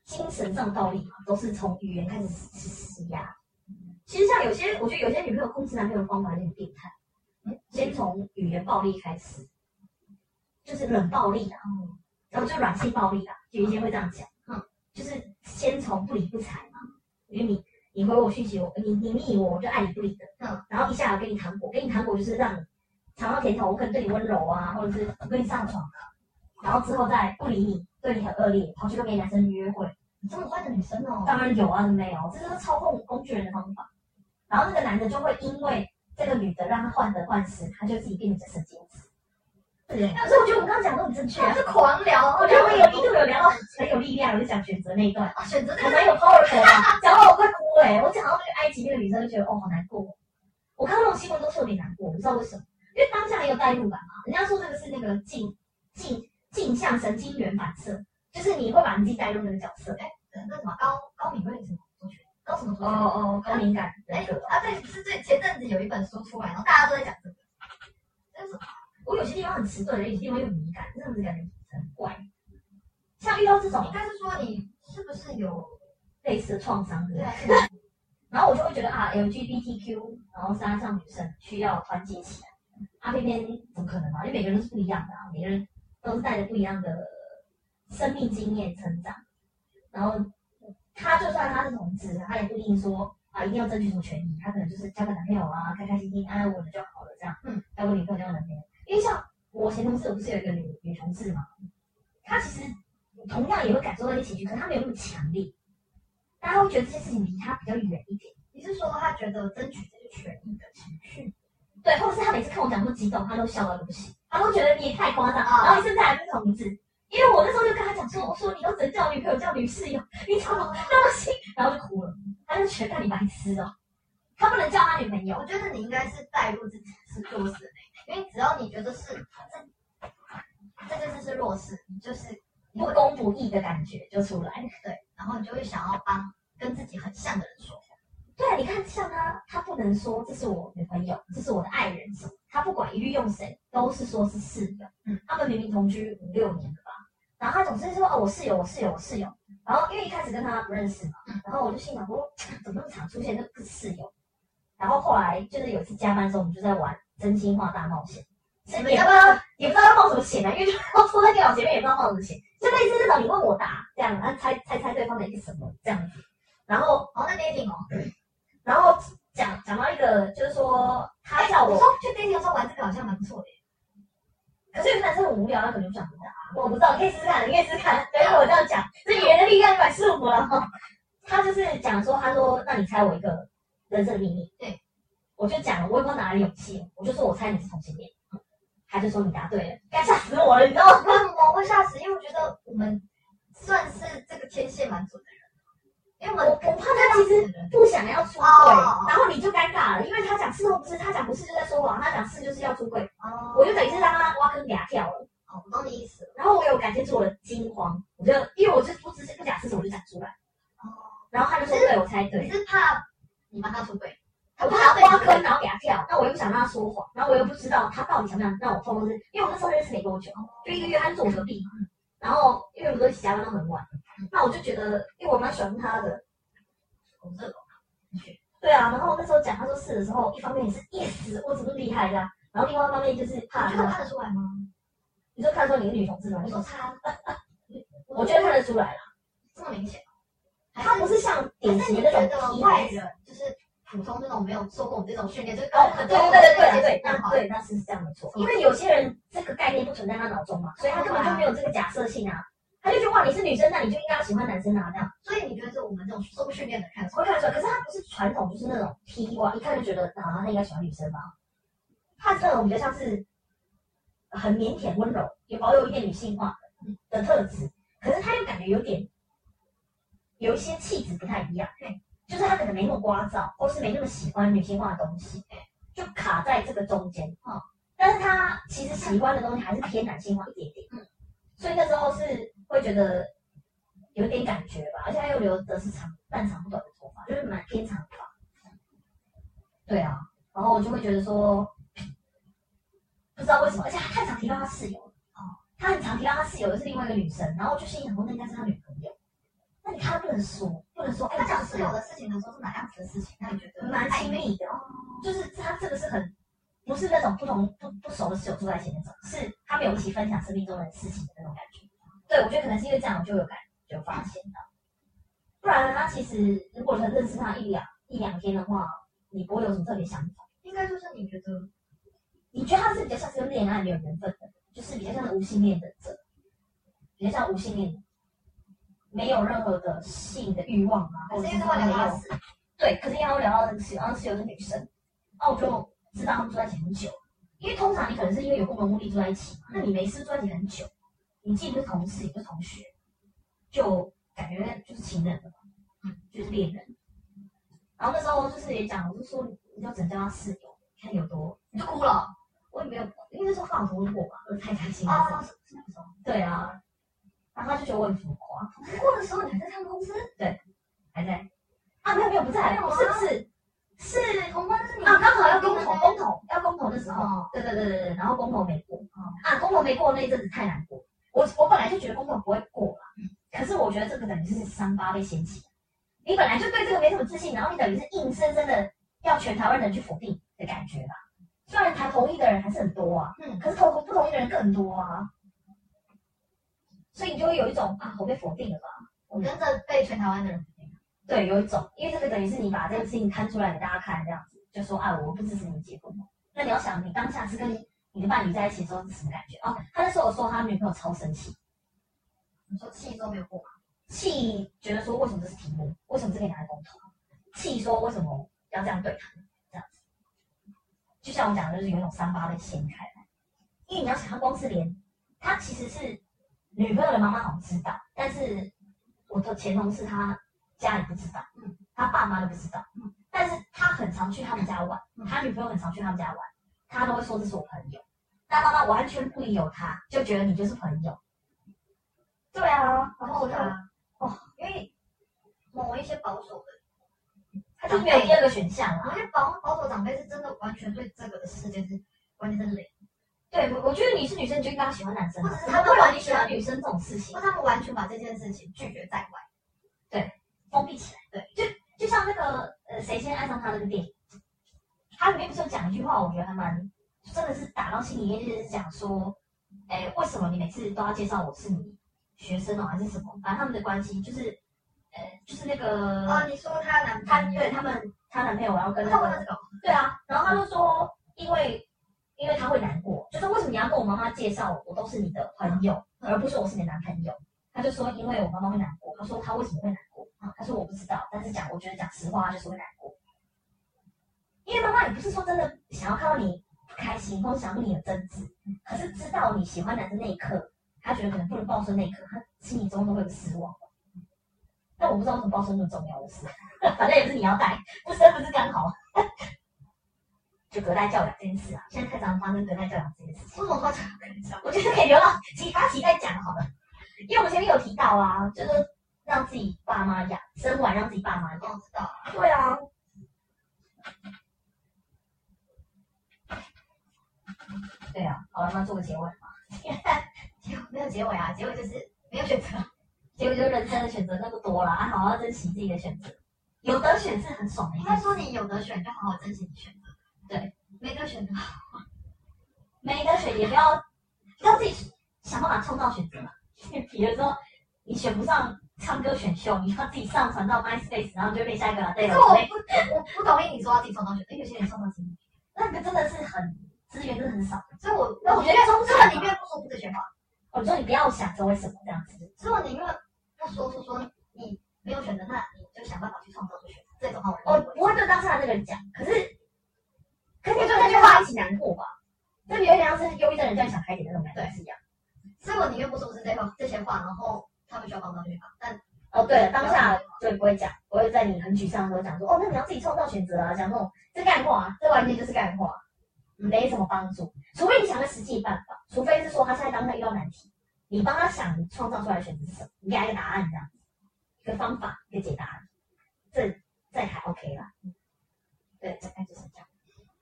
精神上的暴力嘛，都是从语言开始施压。其实像有些，我觉得有些女朋友控制男朋友的方法有点变态，
嗯
先从语言暴力开始，就是冷暴力啊，
嗯，
然后就软性暴力啊，有一些会这样讲，
嗯，
就是先从不理不睬嘛，因为你你回我讯息，我你你密我，我就爱理不理的，
嗯，
然后一下我给你糖果，给你糖果就是让你尝到甜头，我可能对你温柔啊，或者是我跟你上床啊，然后之后再不理你，对你很恶劣，跑去跟别的男生约会。
你这么坏的女生哦，
当然有啊，没有，这就是操控工具人的方法。然后那个男的就会因为这个女的让他患得患失，他就自己变得比较神经质。
是
但是我觉得我们刚刚讲的都很正确啊。
是狂聊。
我觉得我们有一度有聊到很有力量，我就想选择那一段，
啊，选择这
还
个
蛮有 powerful 的。讲到我快哭哎、我讲到那个埃及那个女生就觉得哦好难过。我看到那种新闻都是有点难过，我不知道为什么，因为当下很有代入感嘛。人家说这个是那个镜镜镜像神经元反射，就是你会把你自己带入那个角色。
那什么高高敏锐什么族群，高什么族群？
哦，高敏感
哎，啊对，是对，前阵子有一本书出来，然后大家都在讲这个，就是
我有些地方很迟钝，有些地方又很敏感，这样子感觉。很怪。像遇到这种
应该是说你是不是有
类似的创伤的人，
在这个
然后我就会觉得啊，LGBTQ，然后加上女生需要团结起来，啊，偏偏怎么可能嘛？因为每个人都是不一样的啊，每个人都是带着不一样的生命经验成长，然后他就算他是同志，他也不一定说啊一定要争取什么权益，他可能就是交个男朋友啊，开开心心安安稳稳就好了，这样，
嗯，
交个女朋友交个男朋友，因为像我前同事我不是有一个女女同事嘛，她其实同样也会感受到一些情绪，可是她没有那么强烈，但她会觉得这些事情离她比较远一点。
你是说他觉得争取这个权益的情绪？
对，或者是他每次看我讲不激动，他都笑到一个不行，他都觉得你也太夸张，
啊
然后你甚至还不是同志。因为我那时候就跟他讲说，我哦说你都只能叫我女朋友叫女室友，你怎么那么心？然后就哭了，他就觉得你白痴哦，他不能叫他女朋友
我，觉得你应该是带入自己是弱势的，因为只要你觉得是这这件事是弱势，你就是你
不
会
公不义的感觉就出来了。
对，然后你就会想要帮跟自己很像的人说话。
对啊，你看像他，他不能说这是我女朋友，这是我的爱人什么，他不管一律用谁，都是说是室友。
嗯，
他们明明同居五六年了吧，然后他总是说哦我室友我室友我室友，然后因为一开始跟他不认识嘛，然后我就心想说怎么那么常出现这个室友，然后后来就是有一次加班的时候，我们就在玩真心话大冒险，是
你
也不知
们要不
道
要
也不知道要冒什么险啊，因为就坐在电脑前面也不知道冒什么险，就类似那种你问我答这样，啊猜猜猜对方的一个什么这样子，然后。
哦，那 dating 哦，
然后讲讲到一个，就是说他叫
我
我，
说去 dating 的时候玩这个好像蛮不错的耶。
可是有些男生很无聊，他可能不想回答。我不知道，你可以试试看，你可以试试看。等会我这样讲，这语言的力量蛮束缚了哈。他就是讲说，他说，那你猜我一个人生的秘密。
对，
我就讲了，我也不知道哪来的勇气，我就说我猜你是同性恋。他就说你答对了，该吓死我了，你知道吗？
为什么会吓死？因为我觉得我们算是这个天线蛮准的人，因为我
哎我
们
我怕他其实不想要出轨，
哦
然后你就尴尬了，因为他讲是或不是，他讲不是就在说谎，他讲是就是要出轨，
哦，
我就等于是让他挖坑给他跳了。
哦，我懂你意思了。
然后我有感谢出我的惊慌，我就因为我就不知不假思索我就讲出来，
哦，
然后他就说对我猜对
你，是怕你帮他出轨，
我怕他挖坑然后给他跳，那我又不想让他说谎，然后我又不知道他到底想不想让我碰到这，因为我那时候认识没多久，就一个月，他就坐我隔壁嘛，然后因为我们都一起加班到很晚，那我就觉得因为我蛮喜欢他的，
我这种
对啊，然后那时候讲他说是的时候，一方面也是 yes 我怎么那么厉害的、啊，然后另外一方面就是怕
你觉得
他，
看得出来吗？
你就看说你是女同志吗？
我
我
说
说
他，
我觉得看得出来了，
这么明显，还
他不是像典
还是
型
你
的
觉
那
得
种 T
外
男
人就是普通那种没有受过我们这种训练，就是
哦
高，
对
很多
对对对对，那
对，
对那是这样没错，因为有些人这个概念不存在他脑中嘛，所以他根本就没有这个假设性啊，他就觉得哇你是女生，那你就应该要喜欢男生啊这样，
所以你觉得是我们这种受过训练的看得出来？
会看得出来。可是他不是传统，就是那种 T 哇，一看就觉得啊他应该喜欢女生吧，他是那种比较像是很腼腆温柔，也保有一点女性化的的特质，可是他又感觉有点有一些气质不太一样，就是他可能没那么聒噪，或是没那么喜欢女性化的东西，就卡在这个中间啊、但是他其实喜欢的东西还是偏男性化一点点，
嗯
所以那时候是会觉得有点感觉吧，而且他又留的是长半长不短的头发，就是蛮偏长发。对啊，然后我就会觉得说，不知道为什么，而且他太常提到他室友了，哦，他很常提到他室友又是另外一个女生，然后我就心里想说，那应该是他女朋友，那你看他不能说，不能说，哎，
他
他
讲
讲
室
室友
友的事情的时候是哪样子的事情？那你觉得
蛮亲密的，哦就是他这个是很不是那种不同不不熟的室友住在一起那种，是他们有一起分享生命中的事情的那种感觉。对，我觉得可能是因为这样，我就有感有发现到，不然他其实如果能认识他一两一两天的话，你不会有什么特别想法。
应该就是你觉得
你觉得他是比较像是跟恋爱没有缘分的，就是比较像是无性恋的者，比较像无性恋，没有任何的性的欲望啊，
还
或
是
者
因
是
为他
他
们
没
聊
有
到室友
对，可是因为我聊到那个室友，然后室友是女生，那我就知道他们住在一起很久。因为通常你可能是因为有共同目的住在一起嘛，那你没事住在一起很久，你既不是同事，也不是同学，就感觉就是情人了嘛，
嗯，
就是恋人。然后那时候就是也讲，我就说你要整叫他室友，看有多，
你就哭了
我也没有，因为那时候放图我嘛，我太开心了。
哦，是那种
对啊，然后他就觉得我很浮夸，
哭过的时候你还在他们公司，
还在啊，没有没有不在，
没有
不
吗
是不是是
同班是你
啊，刚好要公投，公
哦
投要公投的时候，
哦
对对对对对，然后公投没过，啊，公投没过那一阵子太难过，我我本来就觉得公投不会过嘛，可是我觉得这个等于是伤疤被掀起，你本来就对这个没什么自信，然后你等于是硬生生的要全台湾人去否定的感觉吧。虽然他同意的人还是很多啊，
嗯，
可是投不同意的人更多啊，所以你就会有一种啊，我被否定了吧？
我跟着被全台湾的人比
对，有一种，因为这个等于是你把这个事情摊出来给大家看，这样子就说啊，我不支持你结婚。那你要想，你当下是跟你的伴侣在一起的时候是什么感觉？哦，他那时候有说他女朋友超生气，
你说气都没有过吗？
气觉得说为什么这是题目，为什么这可以拿来公投？气说为什么要这样对他？这样子，就像我讲的，就是有一种伤疤被掀开来。因为你要想，他光是连他其实是女朋友的妈妈好像知道，但是我的前同事他家里不知道，
嗯
他爸妈都不知道，
嗯
但是他很常去他们家玩，
嗯
他女朋友很常去他们家玩，他都会说这是我朋友，那妈妈完全不理有他，就觉得你就是朋友。对啊，然
然
后
后
我就
他
哦
哦，因为某一些保守的，
他就是没有第二个选项
某
啊。
一些保保守长辈是真的完全对这个世界是完全是零，
对，我我觉得你是女生，你就应该喜欢男生啊，
或者是
他
他
会
们
让
完
你
全
喜欢女生这种事情
或者他们完全把这件事情拒绝在外。
封闭起来。对，就就像那个呃，谁先爱上他那个电影，它里面不是有讲一句话，我觉得还蛮真的是打到心里面，就是讲说，哎，为什么你每次都要介绍我是你学生哦，还是什么？反正他们的关系就是，呃，就是那个、
哦，你说她男
他
朋友
对他们，她男朋友然后跟那
哦他
个
问了这个，
对啊，然后他就说，因为因为他会难过，就是为什么你要跟我妈妈介绍我都是你的朋友，
嗯
而不是我是你的男朋友？他就说，因为我妈妈会难过。他说他为什么会难过？啊他说我不知道，但是讲我觉得讲实话，她就是会难过。因为妈妈也不是说真的想要看到你不开心，或者想要跟你有争执，可是知道你喜欢男生那一刻，她觉得可能不能报生那一刻，她心里中都会有失望。但我不知道为什么报生那么重要的事，反正也是你要带， 不生不是刚好。就隔代教养这件事啊，现在太常发生隔代教养这件事情，
为什么会讲跟你讲？
我觉得可以留到其他期再讲好了。因为我们前面有提到啊，就是让自己爸妈养，生完让自己爸妈养。
我哦知道，
对啊。对啊，好了，那做个结尾 吧。
结尾没有结尾啊，结尾就是没有选择。
结尾就是人生的选择那么多了，啊，好好珍惜自己的选择，有得选是很爽的一
应
件
该
事。
说你有得选就好好珍惜你选择，
对，
没得选的话
没得选也不要，不要自己想办法创造选择嘛。比如说，你选不上唱歌选秀，你要自己上传到 MySpace，然后就变下一个了。对
可
了
是我
对
不我不同意你说要自己创造选择，因哎为有些人创造经济，
那个真的是很资源真的很少。
所以我
那我觉得从
这个宁愿不说不这些话，
我说你不要想成为什么这样子，
所以我宁愿不说出说你没有选择，那你就想办法去创造出选择这种话，
我
我不会
不会对当事人那个人讲，可是，可是你就跟这句话一起难过吧。这有点像是忧郁症人叫你想开点那种感觉是一样。
所以我宁愿不说出这些话这些话，然后他们需要帮到对方，但
哦，对了，当下就不会讲，不会在你很沮丧的时候讲说，哦，那你要自己创造选择啊，讲那种这干话、啊这完全就是干话，没什么帮助。除非你想个实际办法，除非是说他现在当下遇到难题，你帮他想你创造出来的选择是什么，你给他一个答案这样子，一个方法，一个解答案，这这还 OK 啦。对，大概就是这样。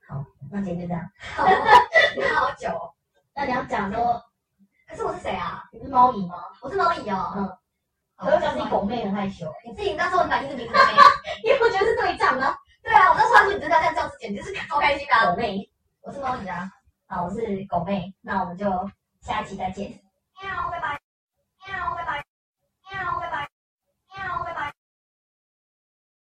好，那今天就这样。
好啊 好久哦，
那你要讲说
可是我是谁啊？
你是猫姨吗？
我是猫姨哦，
嗯
好，
我要讲自己狗妹很害羞，
你自己那时候你把你自己狗妹，
因为我觉得是对仗啊，
对啊，我那时候还说你知道这样子简直是超开心的啊，
狗妹。
我是猫姨啊。
好，我是狗妹，那我们就下一期再见，